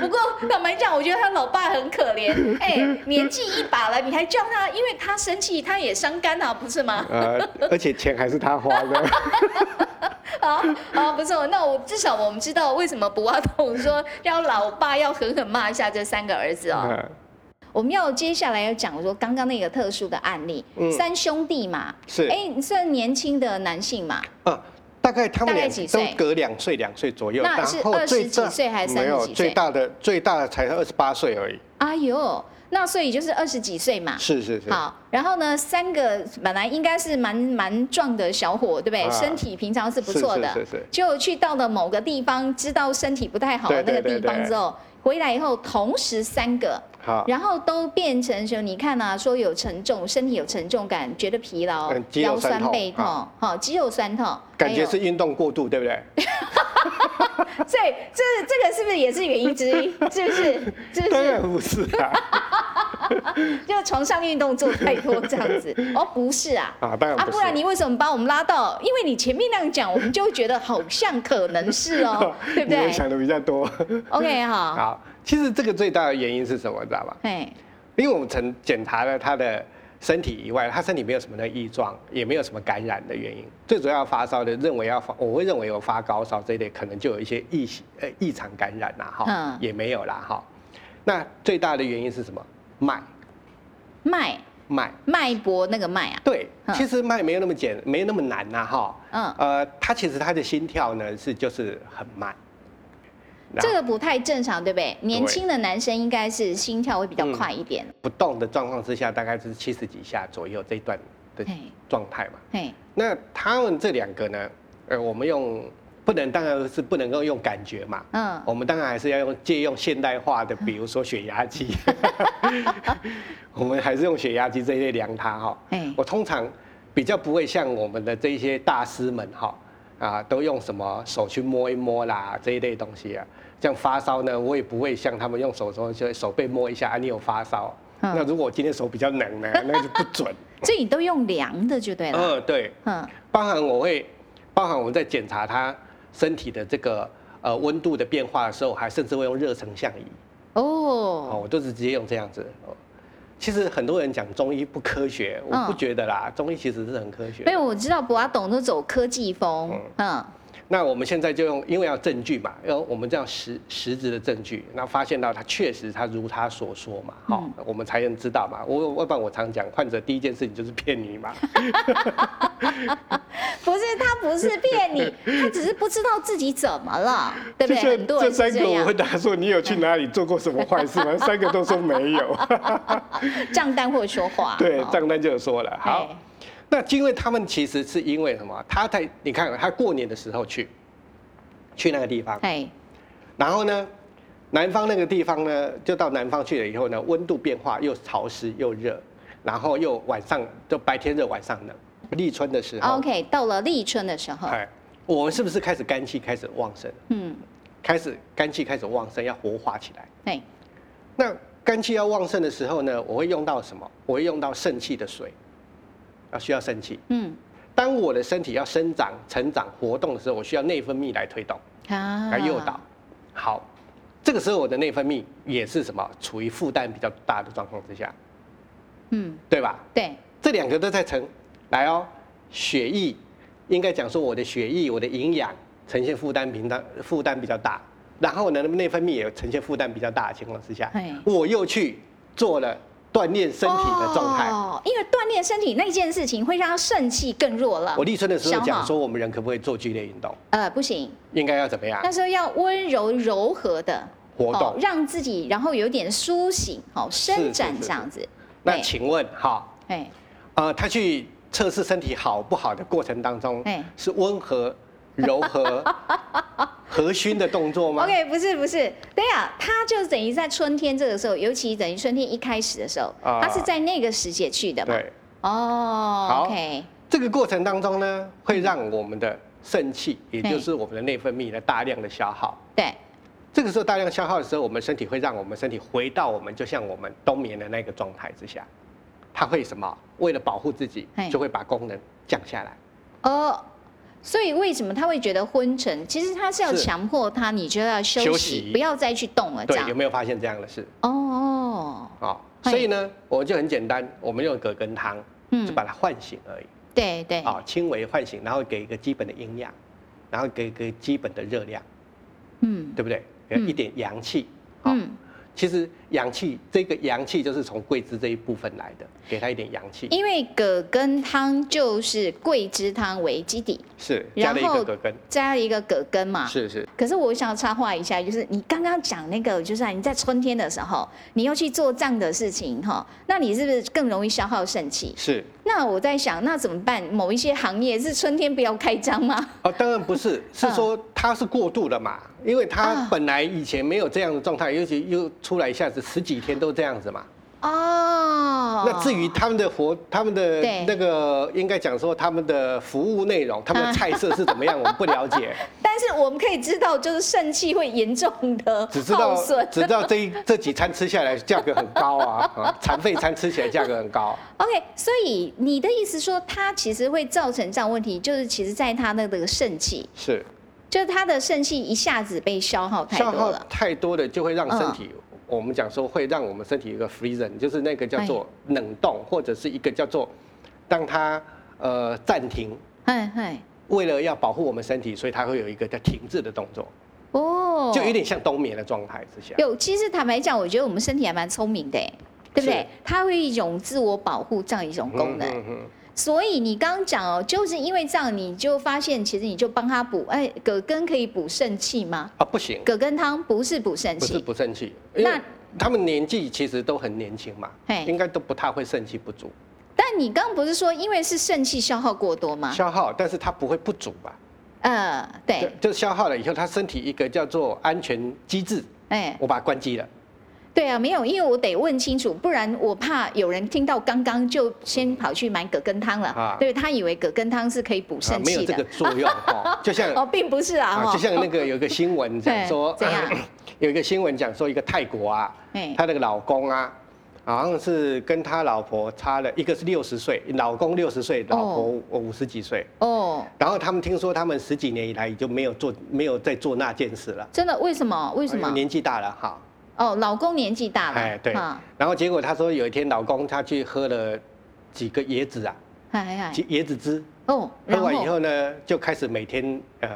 A: 不过坦白讲，我觉得他老爸很可 怜，哎、年纪一把了，你还叫他，因为他生气，他也伤肝啊，不是 吗？
D: 呃，而且钱还是他花的，
A: 啊啊，不错，那我至少我们知道为什么不阿董说要老爸要狠狠骂一下这三个儿子哦。
D: 嗯
A: 我们要接下来要讲说刚刚那个特殊的案例，
D: 嗯
A: 三兄弟嘛，
D: 是
A: 哎、算年轻的男性嘛，
D: 啊，大概他们
A: 大概
D: 俩
A: 几岁
D: 都隔两岁两岁左右，
A: 那
D: 然
A: 是
D: 后
A: 20
D: 最大
A: 几岁还是
D: 没有
A: 30几岁
D: 最大的最大的才二十八岁而已，
A: 哎呦，那所以就是二十几岁嘛。
D: 是是是，
A: 好，然后呢，三个本来应该是蛮蛮壮的小伙，对不对？
D: 啊
A: 身体平常是不错的，
D: 是是是是
A: 就去到了某个地方，知道身体不太好的那
D: 对
A: 个
D: 对
A: 地
D: 对
A: 方
D: 对
A: 之后，回来以后同时三个，
D: 好，
A: 然后都变成说，你看啊，说有沉重，身体有沉重感，觉得疲劳
D: 嗯，肌肉
A: 腰
D: 酸
A: 酸
D: 痛
A: 背痛
D: 啊，
A: 好，肌肉酸痛，
D: 感觉
A: 还有
D: 是运动过度，对不对？
A: 所 以这这个是不是也是原因之一？是不是？是不
D: 当
A: 是？
D: 然不是啊，
A: 就床上运动做太多这样 子。哦，不是啊，
D: 啊，当然
A: 啊，
D: 不
A: 不
D: 是。，
A: 然你为什么把我们拉到？因为你前面那样讲，我们就会觉得好像可能是哦 对不
D: 你们
A: 对
D: 想的比较多。
A: ？OK 哈，
D: 好，其实这个最大的原因是什么，你知道吗？
A: 哎，
D: 因为我们曾检查了他的身体以外，他身体没有什么的异状，也没有什么感染的原因。最主要发烧的，认为要发，我会认为有发高烧这一类，可能就有一些异呃异常感染啦，哈
A: 嗯，
D: 也没有啦，哈。那最大的原因是什么？脉
A: 脉
D: 脉，
A: 脉搏那个脉啊，
D: 对，
A: 嗯
D: 其实脉没有那么简，没那么难呐，哈。
A: 嗯，
D: 呃，他其实他的心跳呢是就是很慢，然
A: 这
D: 后
A: 个不太正常，对不对？年轻的男生应该是心跳会比较快一点，
D: 不动的状况之下，大概是七十几下左右这一段的
A: 嘿，
D: 状态嘛。
A: 嘿，
D: 那他们这两个呢，呃，我们用不能，当然是不能够用感觉嘛。
A: 嗯，
D: 我们当然还是要用借用现代化的，比如说血压计， 我们还是用血压计这一类量它哈。
A: 哎，
D: 我通常比较不会像我们的这一些大师们哈啊，都用什么手去摸一摸啦这一类东西啊。像发烧呢，我也不会像他们用手说，就手背摸一下啊，你有发烧。
A: 嗯
D: 那如果我今天手比较冷 呢，那就不准。
A: 所以你都用量的就对了，
D: 嗯，对，
A: 嗯，
D: 包含我会，包含我们在检查他身体的这个呃温度的变化的时候，还甚至会用热成像仪哦，
A: 哦，
D: 我都是直接用这样子。哦其实很多人讲中医不科学，我
A: 嗯
D: 不觉得啦，中医其实是很科学
A: 因。为我知道博阿董都走科技
D: 哦
A: 风，嗯，
D: 那我们现在就用，因为要证据嘛，要我们这样实实质的证据，那发现到他确实他如他所说嘛，好、我们才能知道嘛。我我要不然我常讲，患者第一件事情就是骗你嘛，
A: 不是他不是骗 你，他只是不知道自己怎么了，对不对？
D: 就是
A: 很多人
D: 这
A: 是
D: 三个
A: 这
D: 我
A: 样
D: 问，他说你有去哪里做过什么坏 事 吗？三个都说没有。
A: 账单会说话，
D: 对，
A: 哦
D: 账单就有说了。好，
A: 哎
D: 那因为他们其实是因为什么？他在你看他过年的时候去，去那个地方，
A: 哎，
D: 然后呢，南方那个地方呢，就到南方去了以后呢，温度变化又潮湿又热，然后又晚上就白天热晚上冷，立春的时候，
A: OK，到了立春的时候，
D: 哎，我们是不是开始肝气开始旺盛？
A: 嗯，
D: 开始肝气开始旺盛，要活化起来。
A: 哎，
D: 那肝气要旺盛的时候呢，我会用到什么？我会用到肾气的水，要需要肾气。
A: 嗯，
D: 当我的身体要生长、成长、活动的时候，我需要内分泌来推动、
A: 啊，
D: 来诱导。好，这个时候我的内分泌也是什么？处于负担比较大的状况之下，
A: 嗯，
D: 对吧？
A: 对，
D: 这两个都在成，来哦，血液应该讲说我的血液、我的营养呈现负担平常负担比较大，然后呢，内分泌也呈现负担比较大的情况之下
A: 嘿，
D: 我又去做了锻炼身体的状态。
A: 哦，因为锻炼身体那件事情会让肾气更弱了
D: 我。立春的时
A: 消
D: 候
A: 耗
D: 讲说，我们人可不可以做剧烈运动？
A: 呃，不行，
D: 应该要怎么样？
A: 那时候要温柔柔和的
D: 活动
A: 哦让自己然后有点苏醒，哦，伸展这样子。
D: 那
A: 哎
D: 请问哈，
A: 哎，
D: 呃，他去测试身体好不好的过程当中
A: 哎，
D: 是温和、柔 和、和煦的动作吗
A: OK，不是不是，等一下，他就等于在春天这个时候，尤其等于春天一开始的时候，
D: 啊
A: 他是在那个时节去的嘛。
D: 对，
A: 哦
D: 好
A: ，OK，
D: 这个过程当中呢，会让我们的肾气，也
A: 哎
D: 就是我们的内分泌呢，大量的消耗。
A: 对，
D: 这个时候大量消耗的时候，我们身体会让我们身体回到我们就像我们冬眠的那个状态之下，它会什么？为了保护自己
A: 哎，
D: 就会把功能降下来。
A: 哦，所以为什么他会觉得昏沉？其实他是要
D: 是
A: 强迫他，你就要休息，
D: 休息
A: 不要再去动了，这
D: 对，
A: 样
D: 有。没有发现这样的事？
A: 哦哦，
D: 哦，
A: 哎
D: 所以呢，我就很简单，我们用葛根汤，就
A: 嗯，
D: 把它唤醒而已。
A: 对对，
D: 啊，轻微唤醒，然后给一个基本的营养，然后给一个基本的热量，
A: 嗯
D: 对不对？给
A: 嗯
D: 一点阳气。啊，
A: 嗯，
D: 其实阳气这个阳气就是从桂枝这一部分来的，给它一点阳气。
A: 因为葛根汤就是桂枝汤为基底，
D: 是加
A: 然
D: 了一
A: 后啊
D: 个葛根。
A: 加了一个葛根嘛。
D: 是是，
A: 可是我想插话一下，就是你刚刚讲那个，就是、啊、你在春天的时候，你又去做这样的事情哈，那你是不是更容易消耗肾气？
D: 是
A: 那我在想，那怎么办？某一些行业是春天不要开张吗？
D: 哦，当然不是，是说它是过度的嘛，因为它
A: 嗯啊
D: 本来以前没有这样的状态，尤其又出来一下子十几天都这样子嘛，
A: 哦。
D: 那至于他们的活，他们的
A: 对
D: 那个应该讲说他们的服务内容，他们
A: 啊
D: 的菜色是怎么样，我们不了解，
A: 但是我们可以知道，就是肾气会严重的
D: 只知道
A: 耗损。
D: 只知道这一 这几餐吃下来价格很高啊，啊，残废餐吃起来价格很高。
A: OK，所以你的意思说，它其实会造成这样的问题，就是其实在它的那个肾气，
D: 是
A: 就是它的肾气一下子被消耗太
D: 消
A: 多
D: 耗
A: 了。
D: 太多的就会让身体，我们讲说会让我们身体有一个 freezing，就是那个叫做
A: 哎
D: 冷冻，或者是一个叫做当它呃暂停，
A: 哎哎，
D: 为了要保护我们身体，所以它会有一个叫停滞的动作，
A: 哦，
D: 就有点像冬眠的状态之下。
A: 有。其实坦白讲，我觉得我们身体还蛮聪明的，哎对不对
D: 是？
A: 它会有一种自我保护这样一种功能。
D: 嗯嗯嗯
A: 所以你刚刚讲哦，就是因为这样，你就发现其实你就帮他补，哎，葛根可以补肾气吗？
D: 啊，不行，
A: 葛根汤不是补肾
D: 不是
A: 气，
D: 不肾气，因
A: 那
D: 为他们年纪其实都很年轻嘛
A: 嘿，
D: 应该都不太会肾气不足，
A: 但你刚刚不是说因为是肾气消耗过多吗？
D: 消耗，但是它不会不足吧？
A: 呃，对，
D: 就就消耗了以后，它身体一个叫做安全机制，
A: 哎，
D: 我把它关机了。
A: 对啊，没有，因为我得问清楚，不然我怕有人听到刚刚就先跑去买葛根汤了，
D: 啊
A: 对他以为葛根汤是可以补
D: 啊
A: 肾，
D: 没有
A: 气
D: 这个
A: 的，
D: 作 用哈，就像
A: 哦，并不是啊，
D: 啊，
A: 哈
D: 就，像那个有一个新闻讲 说啊
A: 对怎样，
D: 有一个新闻讲说一个泰国啊
A: 哎，
D: 她那个老公啊，好像是跟他老婆差了一个是六十岁，老公六十岁，老婆五十几岁。
A: 哦，
D: 然后他们听说他们十几年以来就没有做没有再做那件事了，
A: 真的，为什么？为什
D: 哎
A: 么？
D: 年纪大了哈，
A: 哦，老公年纪大了，
D: 哎对
A: 哈，。
D: 然后结果他说有一天老公他去喝了几个椰子啊，
A: 哎哎哎
D: 几椰子汁，
A: 哦，然
D: 喝
A: 后
D: 完以后呢就开始每天呃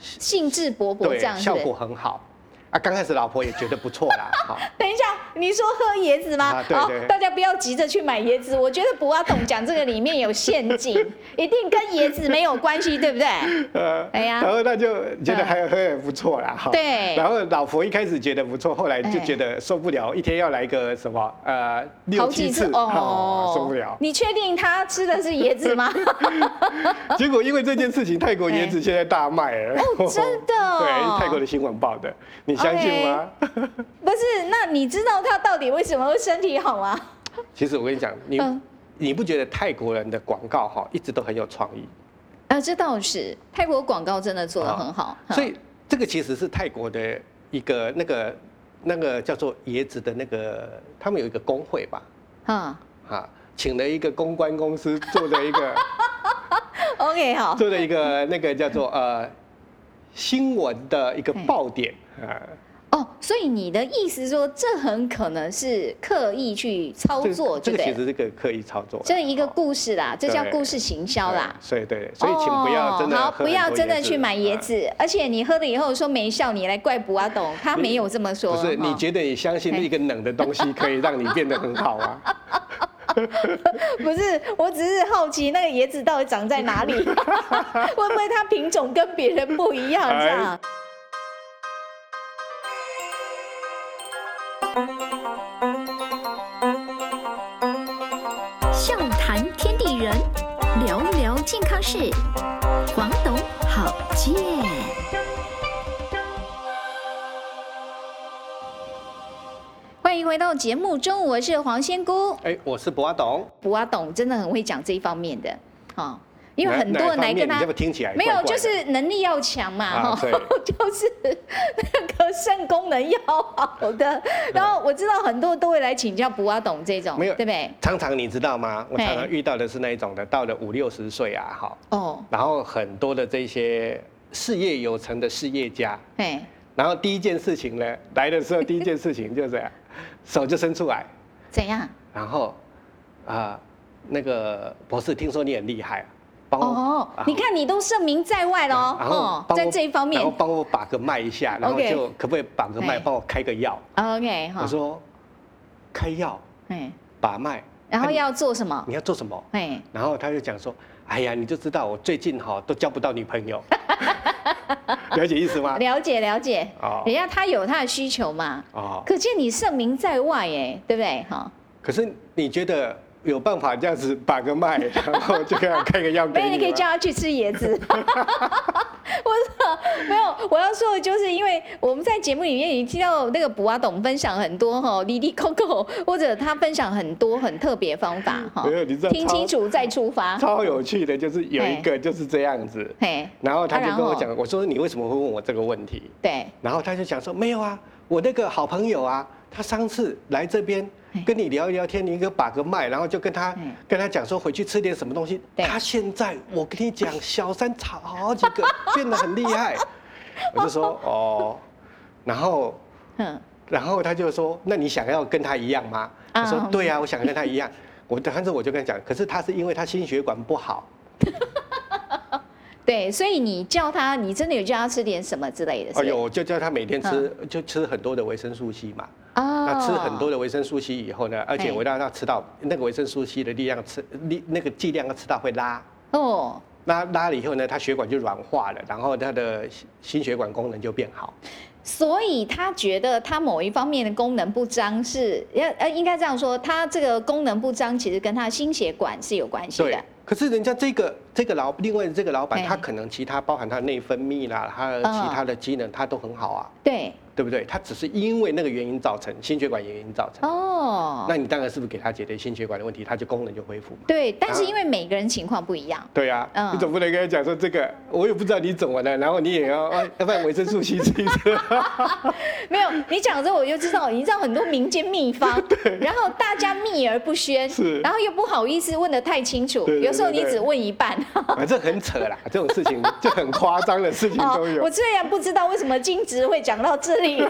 A: 兴致勃勃
D: 对
A: 这样子
D: 效。果很好啊。刚开始老婆也觉得不错 啦，好。
A: 等一下，你说喝椰子吗？哦
D: 啊对对
A: 大家不要急着去买椰子。我觉得不要懂讲这个里面有陷阱， 一定跟椰子没有关系，对不对？
D: 呃，
A: 哎 呀
D: 然后那就觉得还喝也不错啦，哈
A: 对
D: 然后老婆一开始觉得不错，后来就
A: 哎
D: 觉得受不了，一天要来个什么呃六
A: 好
D: 七
A: 几
D: 次，
A: 哦，
D: 受不了。
A: 你确定他吃的是椰子 吗？
D: 结果因为这件事情，泰国椰子现在大卖了。
A: 呃哎哦真的哦
D: 对，泰国的新闻报的，你相信吗？
A: 不是，那你知道他到底为什么会身体好吗？
D: 其实我跟你讲，你
A: 嗯
D: 你不觉得泰国人的广告哈一直都很有创意？
A: 啊，这倒是，泰国广告真的做的很好，
D: 啊所以这个其实是泰国的一个那个那个叫做椰子的那个，他们有一个工会吧，
A: 啊
D: 啊，请了一个公关公司做的一个
A: ，OK 好，
D: 做的一个那个叫做呃新闻的一个爆点啊，
A: 哦，所以你的意思说，这很可能是刻意去操
D: 这
A: 作，
D: 个
A: 对
D: 这
A: 不
D: 个其
A: 对？
D: 实是个刻意操作的，
A: 这一个
D: 哦
A: 故事啦，这叫故事行销啦。
D: 对所以对，所以请不要真的
A: 哦、好，
D: 喝
A: 不要
D: 很多
A: 真的
D: 椰子
A: 去买椰
D: 啊
A: 子，而且你喝了以后说没效，你来怪卜阿董，他没有这么说。
D: 不是，你
A: 哈
D: 觉得你相信一个冷的东西可以让你变得很好啊吗？
A: 不是，我只是好奇那个椰子到底长在 哪里，会不会它品种跟别人不一样
D: 哎
A: 这样？
C: 笑谈天地人，聊聊健康事，黄董好见。
A: 欢迎回到节目中，我是黄仙姑。
D: 哎，我是博阿董，
A: 卜阿董真的很会讲这一方面的，哦，因为
D: 哪
A: 很多人
D: 哪
A: 来
D: 一方面
A: 跟
D: 你
A: 他
D: 这么听起来
A: 没有
D: 怪，怪
A: 就
D: 的
A: 是能力要强嘛，
D: 啊
A: 哈、
D: 对
A: 就是那个肾功能要好 的。然后我知道很多都会来请教卜阿董这种，
D: 没有
A: 对不对？
D: 常常你知道吗？我
A: 嘿
D: 常常遇到的是那一种的，到了五六十岁啊，哈，
A: 哦，
D: 然后很多的这些事业有成的事业家，
A: 哎，
D: 然后第一件事情呢，来的时候第一件事情就 是这样手就伸出来，
A: 怎样？
D: 然后啊、那个博士，听说你很厉害啊，帮我
A: 哦
D: 啊，
A: 你看你都声名在外了
D: 然后
A: 哦，哦，
D: 帮我
A: 在这一方面
D: 然后帮我把个脉一下，然后
A: OK
D: 就可不可以把个脉
A: 哎
D: 帮我开个药？
A: 哦，OK
D: 我
A: 哈，
D: 说开药
A: 哎，
D: 把脉，
A: 然后
D: 啊你
A: 要做什么？
D: 你要做什么？
A: 哎，
D: 然后他就讲说：“哎呀，你就知道我最近哈都交不到女朋 友，了解意思吗？
A: 了解了解
D: 哦，
A: 人家他有他的需求嘛，
D: 哦，
A: 可见你盛名在外哎，对不对？哈，
D: 可是你觉得有办法这样子把 个脉，然后就给他开个药给
A: 没有，
D: 你
A: 你可以
D: 吗
A: 叫他去吃椰子。 我说没有，我要说的就是，因为我们在节目里面已经听到那个卜阿董分享很多哈，滴滴 Coco，或哦者他分享很多很特别方法哈
D: 没，有，你知道
A: 听清
D: 超
A: 楚再出发。
D: 超有趣的，就是有一个就是这样子，
A: 嘿，
D: 然后他
A: 啊
D: 就
A: 然
D: 跟我
A: 后
D: 讲，我说你为什么会问我这个问题？
A: 对，
D: 然后他就讲说没有啊，我那个好朋友啊，他上次来这边
A: 哎
D: 跟你聊一聊天，你给我把个脉，然后就跟他
A: 嗯
D: 跟他讲说回去吃点什么东西。
A: 对
D: 他现在我跟你讲，小三炒好几 个，变得很厉害。我就说哦，然后
A: 嗯，
D: 然后他就说：“那你想要跟他一样吗？”
A: 啊
D: 我说：“对啊，我想跟他一样。” 我但是我就跟他讲，可是他是因为他心血管不好，
A: 对，所以你叫他，你真的有叫他吃点什么之类的？是嗯
D: 哎呦，我就叫他每天吃，就吃很多的维生素 C 嘛。
A: 哦
D: 那吃很多的维生素 C 以后呢，而且
A: 哎
D: 我让他吃到那个维生素 C 的力量吃力那个剂量要吃到会拉，
A: 哦。
D: 拉拉了以后呢，他血管就软化了，然后他的心心血管功能就变好。
A: 所以他觉得他某一方面的功能不彰是，要呃应该这样说，他这个功能不彰其实跟他心血管是有关系
D: 对
A: 的。，
D: 可是人家这个这个老另外这个老板，
A: 哎
D: 他可能其他包含他内分泌啦，他的
A: 嗯
D: 其他的机能他都很好啊。
A: 对，
D: 对不对？他只是因为那个原因造成心血管原因造成，
A: 哦，
D: 那你当然是不是给他解决心血管的问题，他就功能就恢复嘛？
A: 对，但是
D: 啊
A: 因为每个人情况不一样，
D: 对啊，
A: 嗯
D: 你总不能跟他讲说这个，我也不知道你怎么了，然后你也 要，啊要不然维生素 C 吃一吃。
A: 没有你讲这我就知道，你知道很多民间秘 方，然后大家秘而不宣
D: 是，
A: 然后又不好意思问得太清楚，
D: 对对
A: 有时候你
D: 对对
A: 只问一 半。
D: 反正很扯啦，这种事情就很夸张的事情都有
A: 哦我，虽然不知道为什么金值会讲到这 里，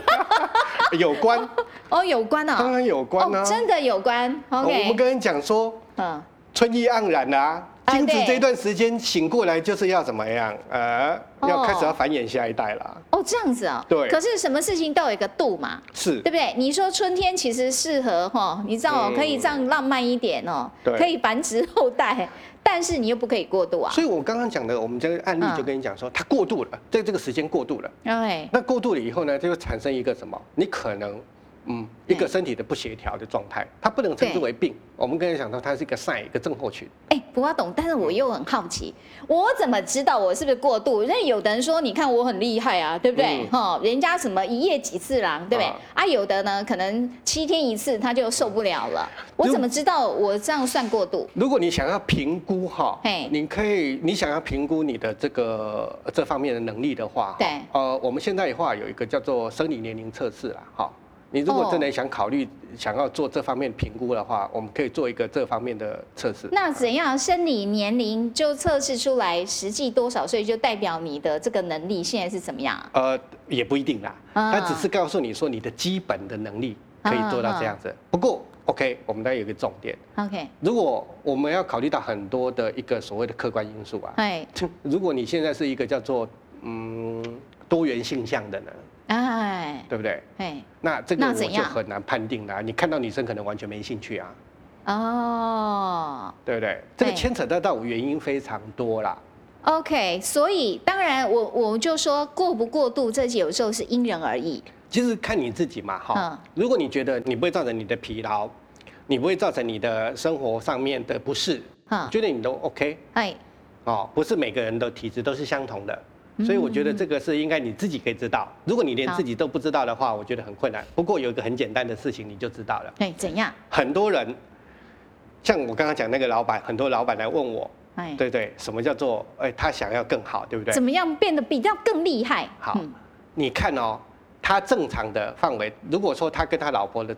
D: 有关，
A: 哦，有关
D: 当
A: 啊，
D: 然有关啊哦
A: 哦，。真的有关
D: 我们
A: ，OK，
D: 跟人讲说，
A: 嗯，
D: 春意盎然啊，
A: 啊
D: 精子
A: 对
D: 这段时间醒过来就是要怎么样？呃，要开始
A: 哦
D: 要繁衍下一代啦。
A: 哦，这样子啊，
D: 对
A: 可是什么事情都有一个度嘛，
D: 是
A: 对不对？你说春天其实适合哈，你知道哦
D: 嗯
A: 可以这样浪漫一点哦，
D: 对
A: 可以繁殖后代，但是你又不可以过度啊。
D: 所以我刚刚讲的，我们这个案例
A: 嗯
D: 就跟你讲说，它过度了，在这个时间过度了。
A: 哎，
D: 那过度了以后呢，就会产生一个什么？你可能，嗯，一个身体的不协调的状态，它不能称之为病。我们刚才讲到，它是一个 sign，一个症候群。
A: 哎，不要懂，但是我又很好奇，我怎么知道我是不是过度？那有的人说，你看我很厉害啊，对不对？
D: 嗯
A: 哈、人家什么一夜几次郎，对不对？
D: 啊
A: 啊，有的呢，可能七天一次他就受不了了。我
D: 就
A: 怎么知道我这样算过度？
D: 如果你想要评估哈
A: 嘿，
D: 你可以，你想要评估你的这个这方面的能力的话，
A: 对
D: 呃，我们现在的话有一个叫做生理年龄测试啦，哈。你如
A: 哦
D: 果真的想考虑想要做这方面评估的话，我们可以做一个这方面的测试。
A: 那怎样生理年龄就测试出来实际多少岁，就代表你的这个能力现在是怎么样啊？
D: 呃，也不一定啦，
A: 啊
D: 他只是告诉你说你的基本的能力可以做到这
A: 啊
D: 样子。不过，OK，我们当然有一个重点，
A: OK，
D: 如果我们要考虑到很多的一个所谓的客观因素啊，
A: 哎
D: 如果你现在是一个叫做嗯多元性向的人，
A: 哎
D: 对不对？
A: 哎
D: 那这个
A: 那
D: 我
A: 怎
D: 就
A: 样
D: 很难判定啦、你看到女生可能完全没兴趣啊，
A: 哦
D: 对不对？这个
A: 对
D: 牵扯到到原因非常多啦。
A: ，OK，所以当然我我就说过不过度，这有时候是因人而异。
D: 其实看你自己嘛，哈、
A: 嗯
D: 如果你觉得你不会造成你的疲劳，你不会造成你的生活上面的不适，
A: 哈
D: 我，觉得你都 OK
A: 哎，
D: 哦，不是每个人的体质都是相同的，所以我觉得这个是应该你自己可以知道。如果你连
A: 好
D: 自己都不知道的话，我觉得很困难。不过有一个很简单的事情你就知道了，
A: 哎，怎样？
D: 很多人像我刚刚讲那个老板，很多老板来问我，
A: 哎，
D: 对对，什么叫做哎他想要更好，对不对
A: 怎？么样变得比较更厉害？
D: 好
A: 嗯，
D: 你看哦，他正常的范围，如果说他跟他老婆的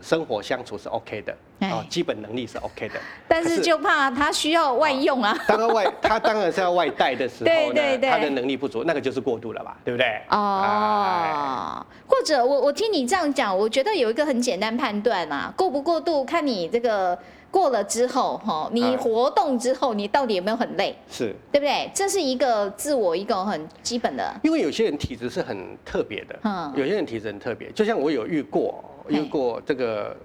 D: 生活相处是 OK 的，哦
A: 哎，
D: 基本能力是 OK 的，
A: 但
D: 可
A: 是就怕他需要外用啊。
D: 当然 外，他当然是要外带的时候
A: 对
D: 呢，
A: 对对
D: 他的能力不足，那个就是过度了吧，对不对？哎，
A: 哦，或者我我听你这样讲，我觉得有一个很简单判断啊，过不过度看你这个过了之后，哈，你
D: 嗯
A: 活动之后，你到底有没有很累，
D: 是
A: 对不对？这是一个自我一个很基本的，
D: 因为有些人体质是很特别的，
A: 嗯
D: 有些人体质很特别，就像我有遇过，
A: 嘿
D: 遇过这个，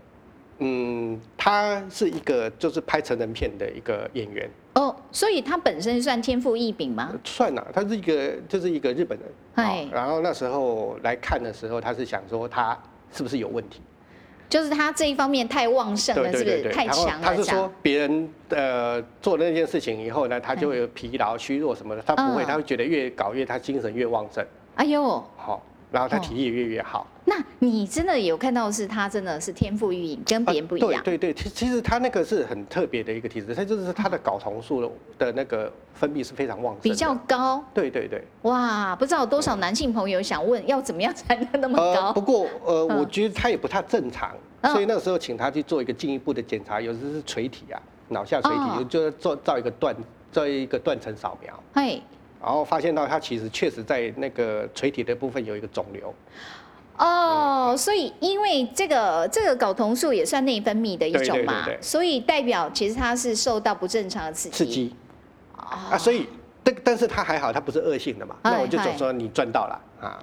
D: 嗯，他是一个就是拍成人片的一个演员，
A: 哦，所以他本身算天赋异禀吗？
D: 算了、他是一个就是一个日本人，
A: 嗨
D: 哦然后那时候来看的时候，他是想说他是不是有问题，
A: 就是他这一方面太旺盛了，
D: 对
A: 是
D: 对
A: 不
D: 对
A: 是
D: 对，
A: 太
D: 然后
A: 强
D: 他
A: 了？
D: 是
A: 这
D: 说
A: 样，
D: 别人呃做那件事情以后呢，他就会疲劳、虚弱什么的，他不会，
A: 嗯
D: 他会觉得越搞越他精神越旺盛，
A: 哎呦，
D: 好，然后他
A: 哦
D: 体力也越越好。
A: 那你真的有看到是他真的是天赋异禀，跟别人哦不一样
D: 啊。对对对，其其实他那个是很特别的一个体质，他就是他的睾酮素的的那个分泌是非常旺盛的，
A: 比较高
D: 对对对，
A: 哇，不知道有多少男性朋友想问，要怎么样才能那么高？
D: 不过呃，
A: 嗯
D: 我觉得他也不太正常，
A: 嗯
D: 所以那个时候请他去做一个进一步的检查，有的是垂体啊，脑下垂
A: 哦
D: 体，就是做照一个断照一个断层扫描，
A: 嘿，
D: 然后发现到他其实确实在那个垂体的部分有一个肿瘤，
A: 哦，所以因为这个这个睾酮素也算内分泌的一种嘛，
D: 对对对对
A: 所以代表其实它是受到不正常的刺激。
D: 刺激
A: 啊
D: 啊，所以但但是他还好，他不是恶性的嘛，
A: 哎
D: 那我就总
A: 哎
D: 说你赚到了啊，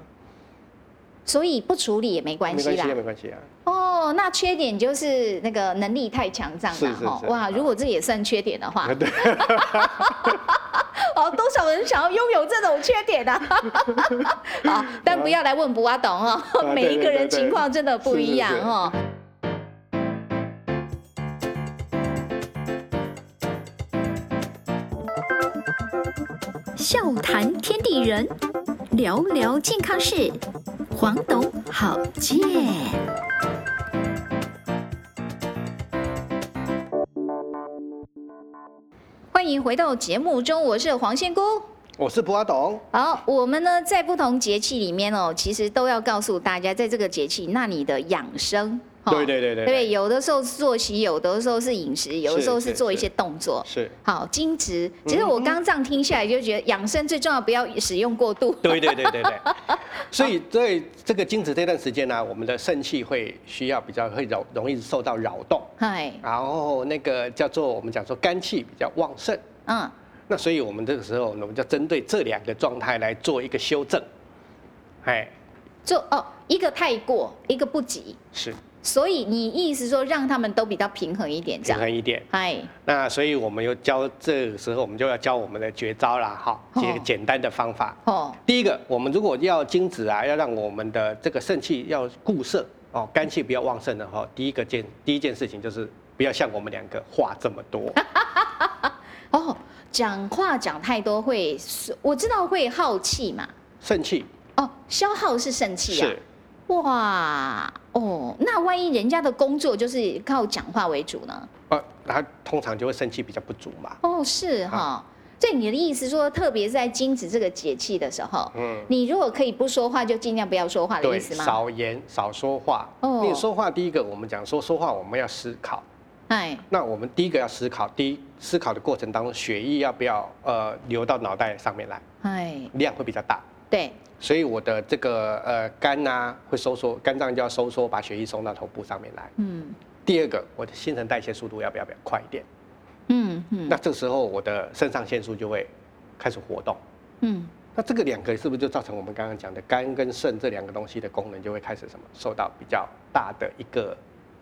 A: 所以不处理也没关
D: 没
A: 系
D: 关系
A: 啦
D: 啊，。没关系啊。
A: 哦，那缺点就是那个能力太强这样
D: 是
A: 啦
D: 是
A: 吼
D: 是
A: 哇，
D: 啊
A: 如果这也算缺点的话，
D: 对，
A: 哦，多少人想要拥有这种缺点呢、啊？ 好，但不要来问不阿董哦，
D: 啊对
A: 每一个人
D: 对对
A: 情况真的不一样
D: 是是是
A: 哦。
C: 笑谈天地人，聊聊健康事。黄董好健，
A: 欢迎回到节目中，我是黄仙姑。
D: 我是不阿董，
A: 好，我们呢在不同节气里面哦，其实都要告诉大家，在这个节气，那你的养生，哦
D: 对对对对
A: 对
D: 对
A: 有的时候是作息，有的时候是饮食，有的时候是
D: 是嗯
A: 做一
D: 是
A: 些动作。
D: 是，
A: 好，精值。其实我刚这样听下来，就觉得养生最重要，不要使用过度。
D: 对对对对对。所以在这个精子这段时间呢、我们的肾气会需要比较会扰，容易受到扰动，
A: 嗨，
D: 然后那个叫做我们讲说肝气比较旺盛，
A: 嗯，
D: 那所以我们这个时候呢，我们就针对这两个状态来做一个修正，哎，
A: 做哦，一个太过，一个不及，
D: 是
A: 所以你意思说让他们都比较平衡一点，这
D: 平
A: 样。
D: 衡一点。
A: 嗨，
D: 那所以我们又教这个时候，我们就要教我们的绝招啦，哈，
A: 哦
D: 几个简单的方法。
A: 哦，
D: 第一个，我们如果要精子啊，要让我们的这个肾气要固摄哦，肝气不要旺盛的话，第一个件第一件事情就是不要像我们两个话这么多，
A: 啊哦，讲话讲太多会，我知道会耗气嘛。
D: 肾气
A: 哦，消耗是肾气啊
D: 是。
A: 哇，哦，那万一人家的工作就是靠讲话为主呢？
D: 呃，他通常就会肾气比较不足嘛。
A: 哦，是
D: 啊
A: 哈、所以你的意思说，特别是在精子这个节气的时候，
D: 嗯
A: 你如果可以不说话，就尽量不要说话的
D: 对，
A: 意思吗？
D: 少言少说话。
A: 哦
D: 你说话，第一个我们讲说说话，我们要思考。
A: 哎，
D: 那我们第一个要思考，第一思考的过程当中，血液要不要呃流到脑袋上面来，
A: 哎，
D: 量会比较大。
A: 对，
D: 所以我的这个呃肝啊会收缩，肝脏就要收缩，把血液送到头部上面来。
A: 嗯
D: 第二个，我的新陈代谢速度要不要比较快一点？
A: 嗯嗯，
D: 那这时候我的肾上腺素就会开始活动。
A: 嗯
D: 那这个两个是不是就造成我们刚刚讲的肝跟肾这两个东西的功能就会开始什么受到比较大的一个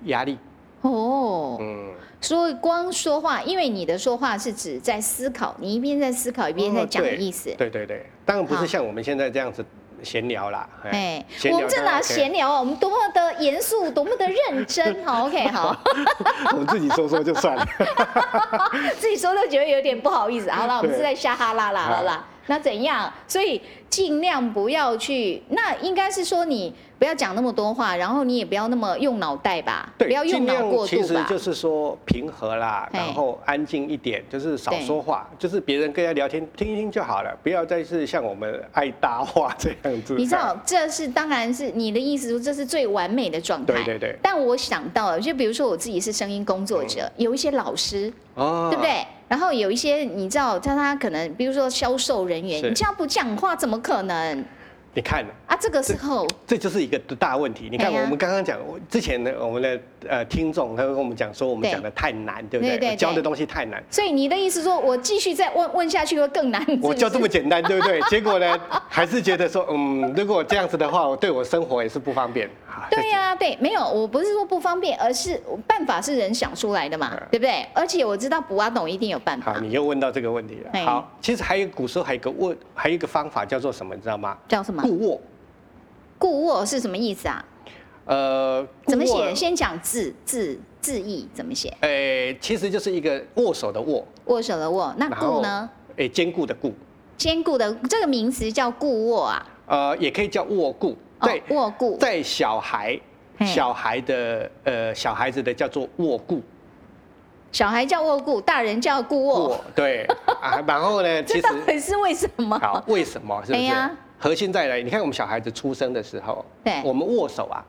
D: 压力？
A: 哦，
D: 嗯，
A: 所以光说话，因为你的说话是指在思考，你一边在思考一边在讲
D: 哦
A: 的
D: 对
A: 意思。
D: 对对对，当然不
A: 好
D: 是像我们现在这样子闲聊啦。
A: 哎，
D: 闲
A: 我
D: 聊
A: 们这
D: 当然
A: 哪
D: OK
A: 闲聊啊？我们多么的严肃，多么的认真。好，OK，好，
D: 我们自己说说就算了。
A: 自己说都觉得有点不好意思。好了，我们是在瞎哈啦啦好
D: 啊
A: 啦。那怎样？所以尽量不要去，那应该是说你不要讲那么多话，然后你也不要那么用脑袋吧，不
D: 对，
A: 要用
D: 尽
A: 脑
D: 量
A: 过
D: 其
A: 度
D: 实
A: 吧
D: 就。是说平和啦，
A: 嘿
D: 然后安静一点，就是少
A: 对
D: 说话，就是别人跟人家聊天听一听就好了，不要再是像我们爱搭话这样子。
A: 你知道，这是当然是你的意思，说这是最完美的状态。
D: 对对对
A: 但我想到了，就比如说我自己是声音工作者，
D: 嗯
A: 有一些老师，
D: 哦
A: 对不？对？然后有一些你知道，像他可能，比如说销售人员，
D: 是
A: 你这样不讲话怎么可能
D: 你看，
A: 啊？这个时候，
D: 这就是一个大问题。你看，
A: 对啊
D: 我们刚刚讲，我之前呢，我们的呃听众他会跟我们讲说，我们
A: 对
D: 讲的太难，对不
A: 对对对
D: 教的东西太难。
A: 所以你的意思说我继续再问问下去会更难？是不
D: 我
A: 是
D: 就这么 简单，对不对？结果呢，还是觉得说，嗯，如果这样子的话，我对我生活也是不方便。啊好
A: 对啊呀、对，没有，我不是说不方便，而是办法是人想出来的嘛，
D: 嗯
A: 对不对？而且我知道卜阿董一定有办法
D: 好，，你又问到这个问题
A: 哎
D: 了。好，其实还有古时候还有一个问，还有一个方法叫做什么，你知道吗？
A: 叫什么？
D: 固握。
A: 固握是什么意思啊？
D: 呃，
A: 怎么
D: 握
A: 写？？先讲字字字义怎么写？
D: 哎，其实就是一个握手的握，
A: 握手的握，那
D: 然
A: 固
D: 后
A: 呢？
D: 哎，坚固的固，
A: 坚固的这个名词叫固握啊，
D: 呃，也可以叫握固，
A: 哦
D: 在，
A: 握固，
D: 在小孩
A: 嘿
D: 小孩的呃小孩子的叫做握固
A: 小孩叫握固，大人叫固握，
D: 握，对啊，然后呢，其
A: 这
D: 实
A: 到底是为什么？
D: 好， 为什么？是不
A: 哎
D: 是
A: 呀？
D: 核心在哪里？你看我们小孩子出生的时候，
A: 对
D: 我们握手啊，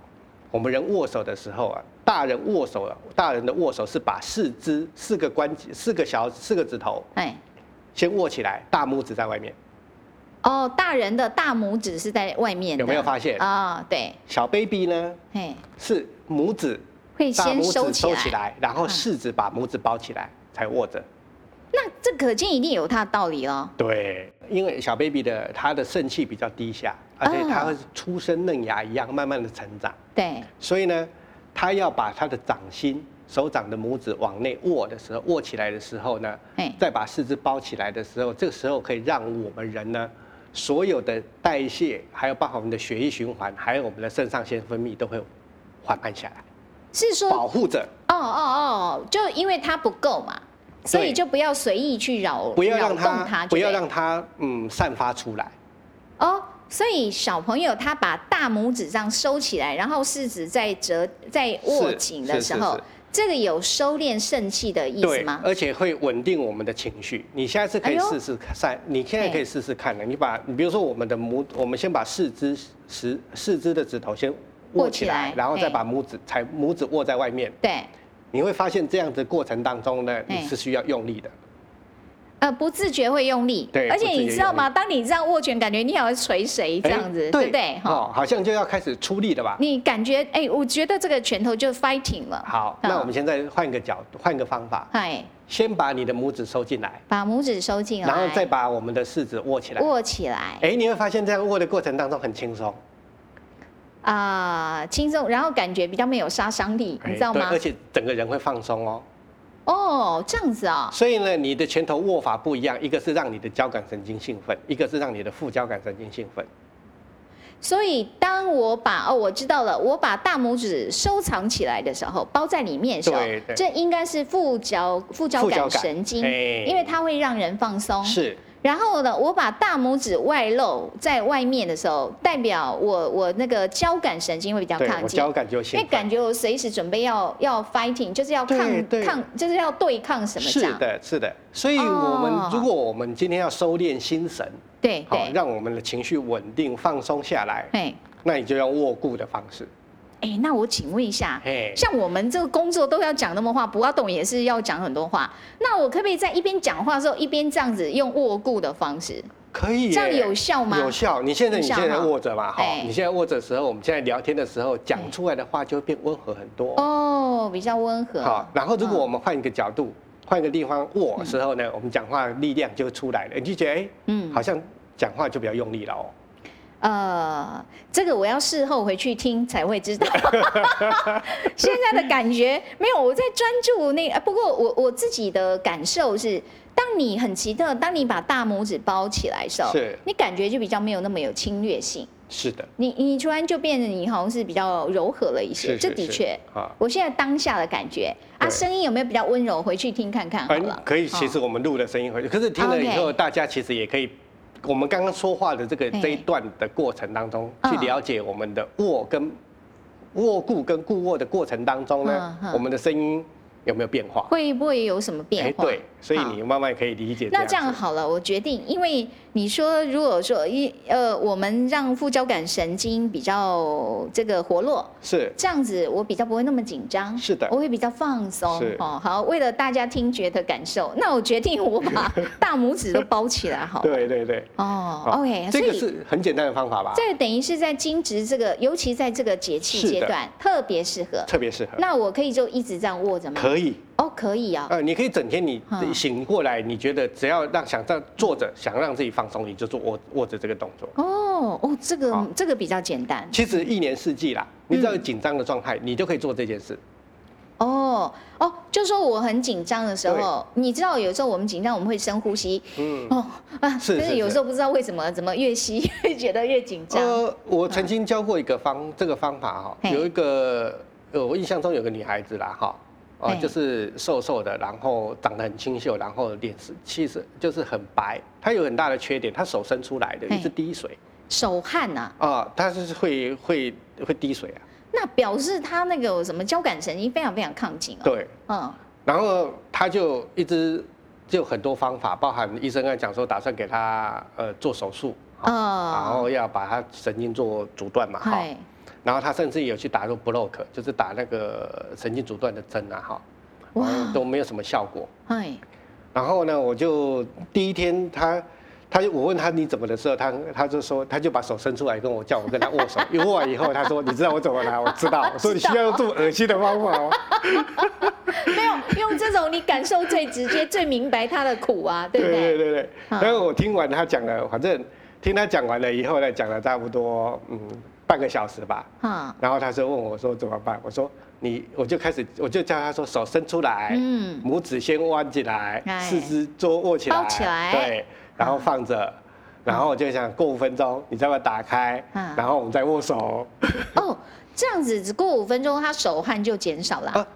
D: 我们人握手的时候啊，大人握手啊，大人的握手是把四肢四个关节四个小四个指头
A: 哎，
D: 先握起来，大拇指在外面，
A: 哦，大人的大拇指是在外面的，
D: 有没有发现
A: 啊、对，
D: 小 baby 呢
A: 嘿，
D: 是拇指
A: 会
D: 大
A: 先
D: 拇
A: 收
D: 指
A: 起
D: 收
A: 来。嗯
D: 起来，然后食指把拇指包起来才握着。
A: 那这可见一定有它的道理咯。
D: 对，因为小 baby 的他的肾气比较低下，而
A: 哦
D: 且他会出生嫩芽一样慢慢的成长，
A: 对，
D: 所以呢，他要把他的掌心、手掌的拇指往内握的时候，握起来的时候呢
A: 哎，
D: 再把四肢包起来的时候，这个时候可以让我们人呢。所有的代谢，还有包括我们的血液循环，还有我们的肾上腺分泌都会缓慢下来，
A: 是说，
D: 保
A: 哦
D: 护着，
A: 哦哦，就因为它不够嘛，所以
D: 对
A: 就不要随意去扰
D: 不要
A: 扰
D: 让
A: 动
D: 它，
A: 就
D: 不要
A: 对
D: 让它嗯散发出来。
A: 哦。所以小朋友他把大拇指这样收起来，然后食指在折在握
D: 是
A: 紧的
D: 是
A: 时
D: 是
A: 候
D: 是，
A: 这个有收敛肾气的意思
D: 对
A: 吗，？
D: 而且会稳定我们的情绪。你下次可以
A: 哎呦
D: 试试看，你现在可以试试看了。你把，你比如说我们的拇，我们先把四肢十四肢的指头先
A: 握
D: 握
A: 起
D: 起来
A: 来，
D: 然后再
A: 嘿
D: 把拇指才拇指握在外面。
A: 对，
D: 你会发现这样的过程当中呢，
A: 嘿
D: 你是需要用力的。
A: 呃，不自觉会用力，
D: 对
A: 而且
D: 不自觉
A: 你知道吗？当你这样握拳，感觉你好像捶谁这
D: 哎
A: 样子，对不对？哈、
D: 哦，好像就要开始出力了吧？
A: 你感觉哎、我觉得这个拳头就 fighting 了。
D: 好，
A: 嗯
D: 那我们现在换个角度，换个方法，
A: 哎，
D: 先把你的拇指收进来，
A: 把拇指收进来，
D: 然后再把我们的食指握起来。
A: 握起来
D: 哎，你会发现这样握的过程当中很轻松。
A: 啊、轻松，然后感觉比较没有杀伤力，你知道
D: 哎对
A: 吗
D: 而？且整个人会放松哦。
A: 哦，这样子哦，
D: 所以呢，你的拳头握法不一样，一个是让你的交感神经兴奋，一个是让你的副交感神经兴奋。
A: 所以当我把哦，我知道了，我把大拇指收藏起来的时候，包在里面的时候
D: 对，对
A: 这应该是副交副交
D: 副交
A: 感
D: 感
A: 神经，
D: 哎
A: 因为它会让人放松。
D: 是，
A: 然后呢，我把大拇指外露在外面的时候，代表我我那个交感神经会比较
D: 对
A: 亢
D: 我
A: 进，
D: 交感就
A: 因
D: 兴
A: 为
D: 奋。
A: 感觉我随时准备要要 fighting，就是要
D: 对
A: 抗
D: 对
A: 抗，就是要对抗什么这
D: 是
A: 样。
D: 的，是的。所以我们、
A: 哦
D: 如果我们今天要收敛心神，
A: 对
D: 好、
A: 对，
D: 让我们的情绪稳定放松下来，
A: 哎
D: 那你就要握固的方式。
A: 哎，那我请问一下，
D: 嘿，
A: 像我们这个工作都要讲那么话，不要懂也是要讲很多话。那我可不可以在一边讲话的时候，一边这样子用握固的方式？
D: 可以耶。
A: 这样有效吗
D: 有效。你现在
A: 有
D: 你
A: 效
D: 现在
A: 哈
D: 握着嘛，哈
A: 哎，
D: 你现在握着的时候，我们现在聊天的时候讲出来的话就会变温和很多。
A: 哦，比较温和。
D: 好，然后如果
A: 嗯
D: 我们换一个角度，换一个地方握的时候呢，我们讲话力量就出来了，你就觉得哎，
A: 嗯
D: 好像讲话就比较用力了哦。
A: 呃，这个我要事后回去听才会 知道。现在的感觉没有，我在专注那。呃不过我我自己的感受是，当你很奇特，当你把大拇指包起来的时候
D: 是，
A: 你感觉就比较没有那么有侵略性。
D: 是的，
A: 你你突然就变得你好像是比较柔和了一些，
D: 是
A: 这
D: 是
A: 的
D: 是
A: 确。
D: 啊。
A: 我现在当下的感觉啊，
D: 对
A: 声音有没有比较温柔？回去听看看好
D: 哎
A: 了。，
D: 可以，
A: 哦
D: 其实我们录的声音回去，可是听了以
A: OK
D: 后，大家其实也可以，我们刚刚说话的这个
A: 哎
D: 这一段的过程当中，
A: 嗯
D: 去了解我们的握跟握固跟固握的过程当中呢
A: 嗯嗯，
D: 我们的声音有没有变化？哎
A: 会不会有什么变化？
D: 对，所以
A: 好
D: 你慢慢可以理解。
A: 那这样好了，我决定，因为你说如果说一呃，我们让副交感神经比较这个活络，
D: 是
A: 这样子我比较不会那么紧张，
D: 是的
A: 我会比较放松
D: 是
A: 哦。好，为了大家听觉的感受，那我决定我把大拇指都包起来好了，
D: 对对对。
A: 哦
D: 好
A: ，OK，所
D: 这个
A: 以。
D: 是很简单的方法吧？
A: 这等于是在惊蛰这个，尤其在这个节气
D: 是的
A: 阶段，特别适合。
D: 特别适合。
A: 那我可以就一直这样握着吗？
D: 可以，
A: 哦，可以啊。
D: 呃，你可以整天你
A: 嗯
D: 醒过来，你觉得只要让想让坐着，想让自己放松，你就做握握着这个动作。
A: 哦哦，这个
D: 好
A: 这个比较简单。嗯
D: 其实一年四季啦，你只要有紧张的状态，你就可以做这件事。
A: 哦哦，就说我很紧张的时候，你知道有时候我们紧张，我们会深呼吸。
D: 嗯，
A: 哦啊，
D: 是
A: 但
D: 是
A: 是有
D: 是
A: 时候不知道为什么，怎么越吸越觉得越紧张。
D: 呃，我曾经教过一个方、这个方法哈、
A: 嗯嘿
D: 有一个呃，我印象中有个女孩子啦哈，哦、
A: 嘿
D: 就是瘦瘦的，然后长得很清秀，然后脸是气色就是很白，她有很大的缺点，她手伸出来的
A: 嘿
D: 一直滴水
A: 手汗呐、
D: 啊、她是会会会滴水啊，
A: 那表示他那个有什么交感神经非常非常亢进哦。
D: 对，
A: 嗯，
D: 然后她就一直就很多方法，包含医生跟她讲说打算给她呃做手术。哈然
A: 哦，
D: 后要把她神经做阻断嘛，哈，
A: 嗨，
D: 然后他甚至有去打入 block，就是打那个神经阻断的针啊，哈，
A: 哇哎
D: 然后都没有什么效果。
A: 嗨，
D: 然后呢，我就第一天他，他我问他你怎么的时候，他他就说他就把手伸出来跟我叫我跟他握手，一握完以后他说你知道我怎么了？我知道，我说你需要用这么恶心的方法吗？
A: 没有用这种你感受最直接、最明白他的苦啊，对不对？
D: 对对对。
A: 嗯
D: 然后我听完他讲了，反正听他讲完了以后呢，讲了差不多嗯半个小时吧，
A: 哈，
D: 然后他就问我说怎么办？我说你，我就开始，我就叫他说手伸出来，
A: 嗯
D: 拇指先弯起来，
A: 哎
D: 四肢做握起来，
A: 包起来
D: 对，然后放着，然后我就想过五分钟，你再把它打开，
A: 嗯
D: 然后我们再握手，
A: 哦，这样子只过五分钟，他手汗就减少了。
D: 啊，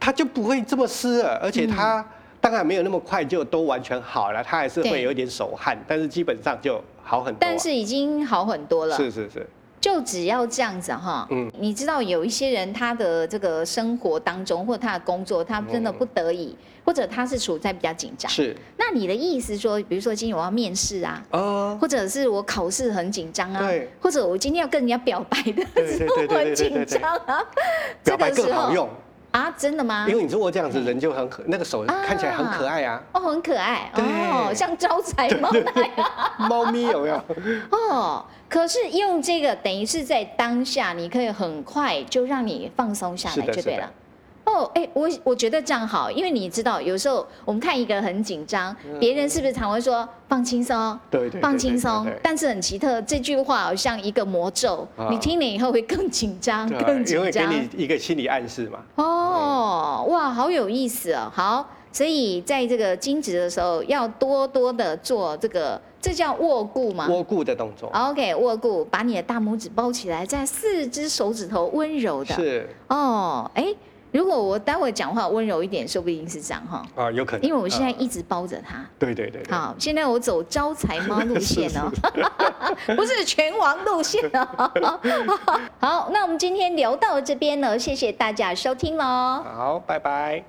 D: 他就不会这么湿了，而且他当然没有那么快就都完全好了，他还是
A: 嗯对
D: 会有一点手汗，但是基本上就好很多啊、
A: 但是已经好很多了，
D: 是是是，
A: 就只要这样子哈，
D: 嗯
A: 你知道有一些人他的这个生活当中或他的工作，他真的不得已，或者他是处在比较紧张。
D: 嗯是
A: 那你的意思说，比如说今天我要面试啊，
D: 啊，
A: 或者是我考试很紧张啊
D: 对，
A: 或者我今天要跟人家表白的
D: 对对
A: 时
D: 对
A: 候
D: 对
A: 我很
D: 对对
A: 紧
D: 对对
A: 张啊，
D: 表
A: 这
D: 白
A: 个
D: 更
A: 时
D: 好
A: 候
D: 用。
A: 啊，真的吗
D: 因？为你如果这样子，人就很可，那个手看起来很可爱啊。
A: 哦，很可爱
D: 对
A: 哦，像招财猫那样。
D: 猫咪有没有？
A: 哦，可是用这个等于是在当下，你可以很快就让你放松下
D: 是
A: 来
D: 的
A: 就对了
D: 是。
A: 哦，哎、我我觉得这样好，因为你知道，有时候我们看一个很紧张，别人是不是常会说放轻松，
D: 对嗯对对
A: 放轻松
D: 对对对？
A: 但是很奇特，这句话好像一个魔咒，
D: 啊
A: 你听了以后会更紧张，
D: 对啊
A: 更
D: 因
A: 紧
D: 为给
A: 张。
D: 你一个心理暗示嘛。
A: 哦，哇，好有意思哦。好，所以在这个精职的时候，要多多的做这个，这叫握固吗？
D: 窝固的动作
A: OK，握固，把你的大拇指包起来，在四只手指头温柔的。
D: 是
A: 哦，哎，如果我待会讲话温柔一点，说不定是这样 哈，
D: 啊，有可能。
A: 因为我现在
D: 啊
A: 一直包着它。
D: 对对对对，
A: 好，现在我走招财猫路线哦， 不 是拳王路线哦。 好，那我们今天聊到这边了，谢谢大家收听喽。
D: 好，拜拜。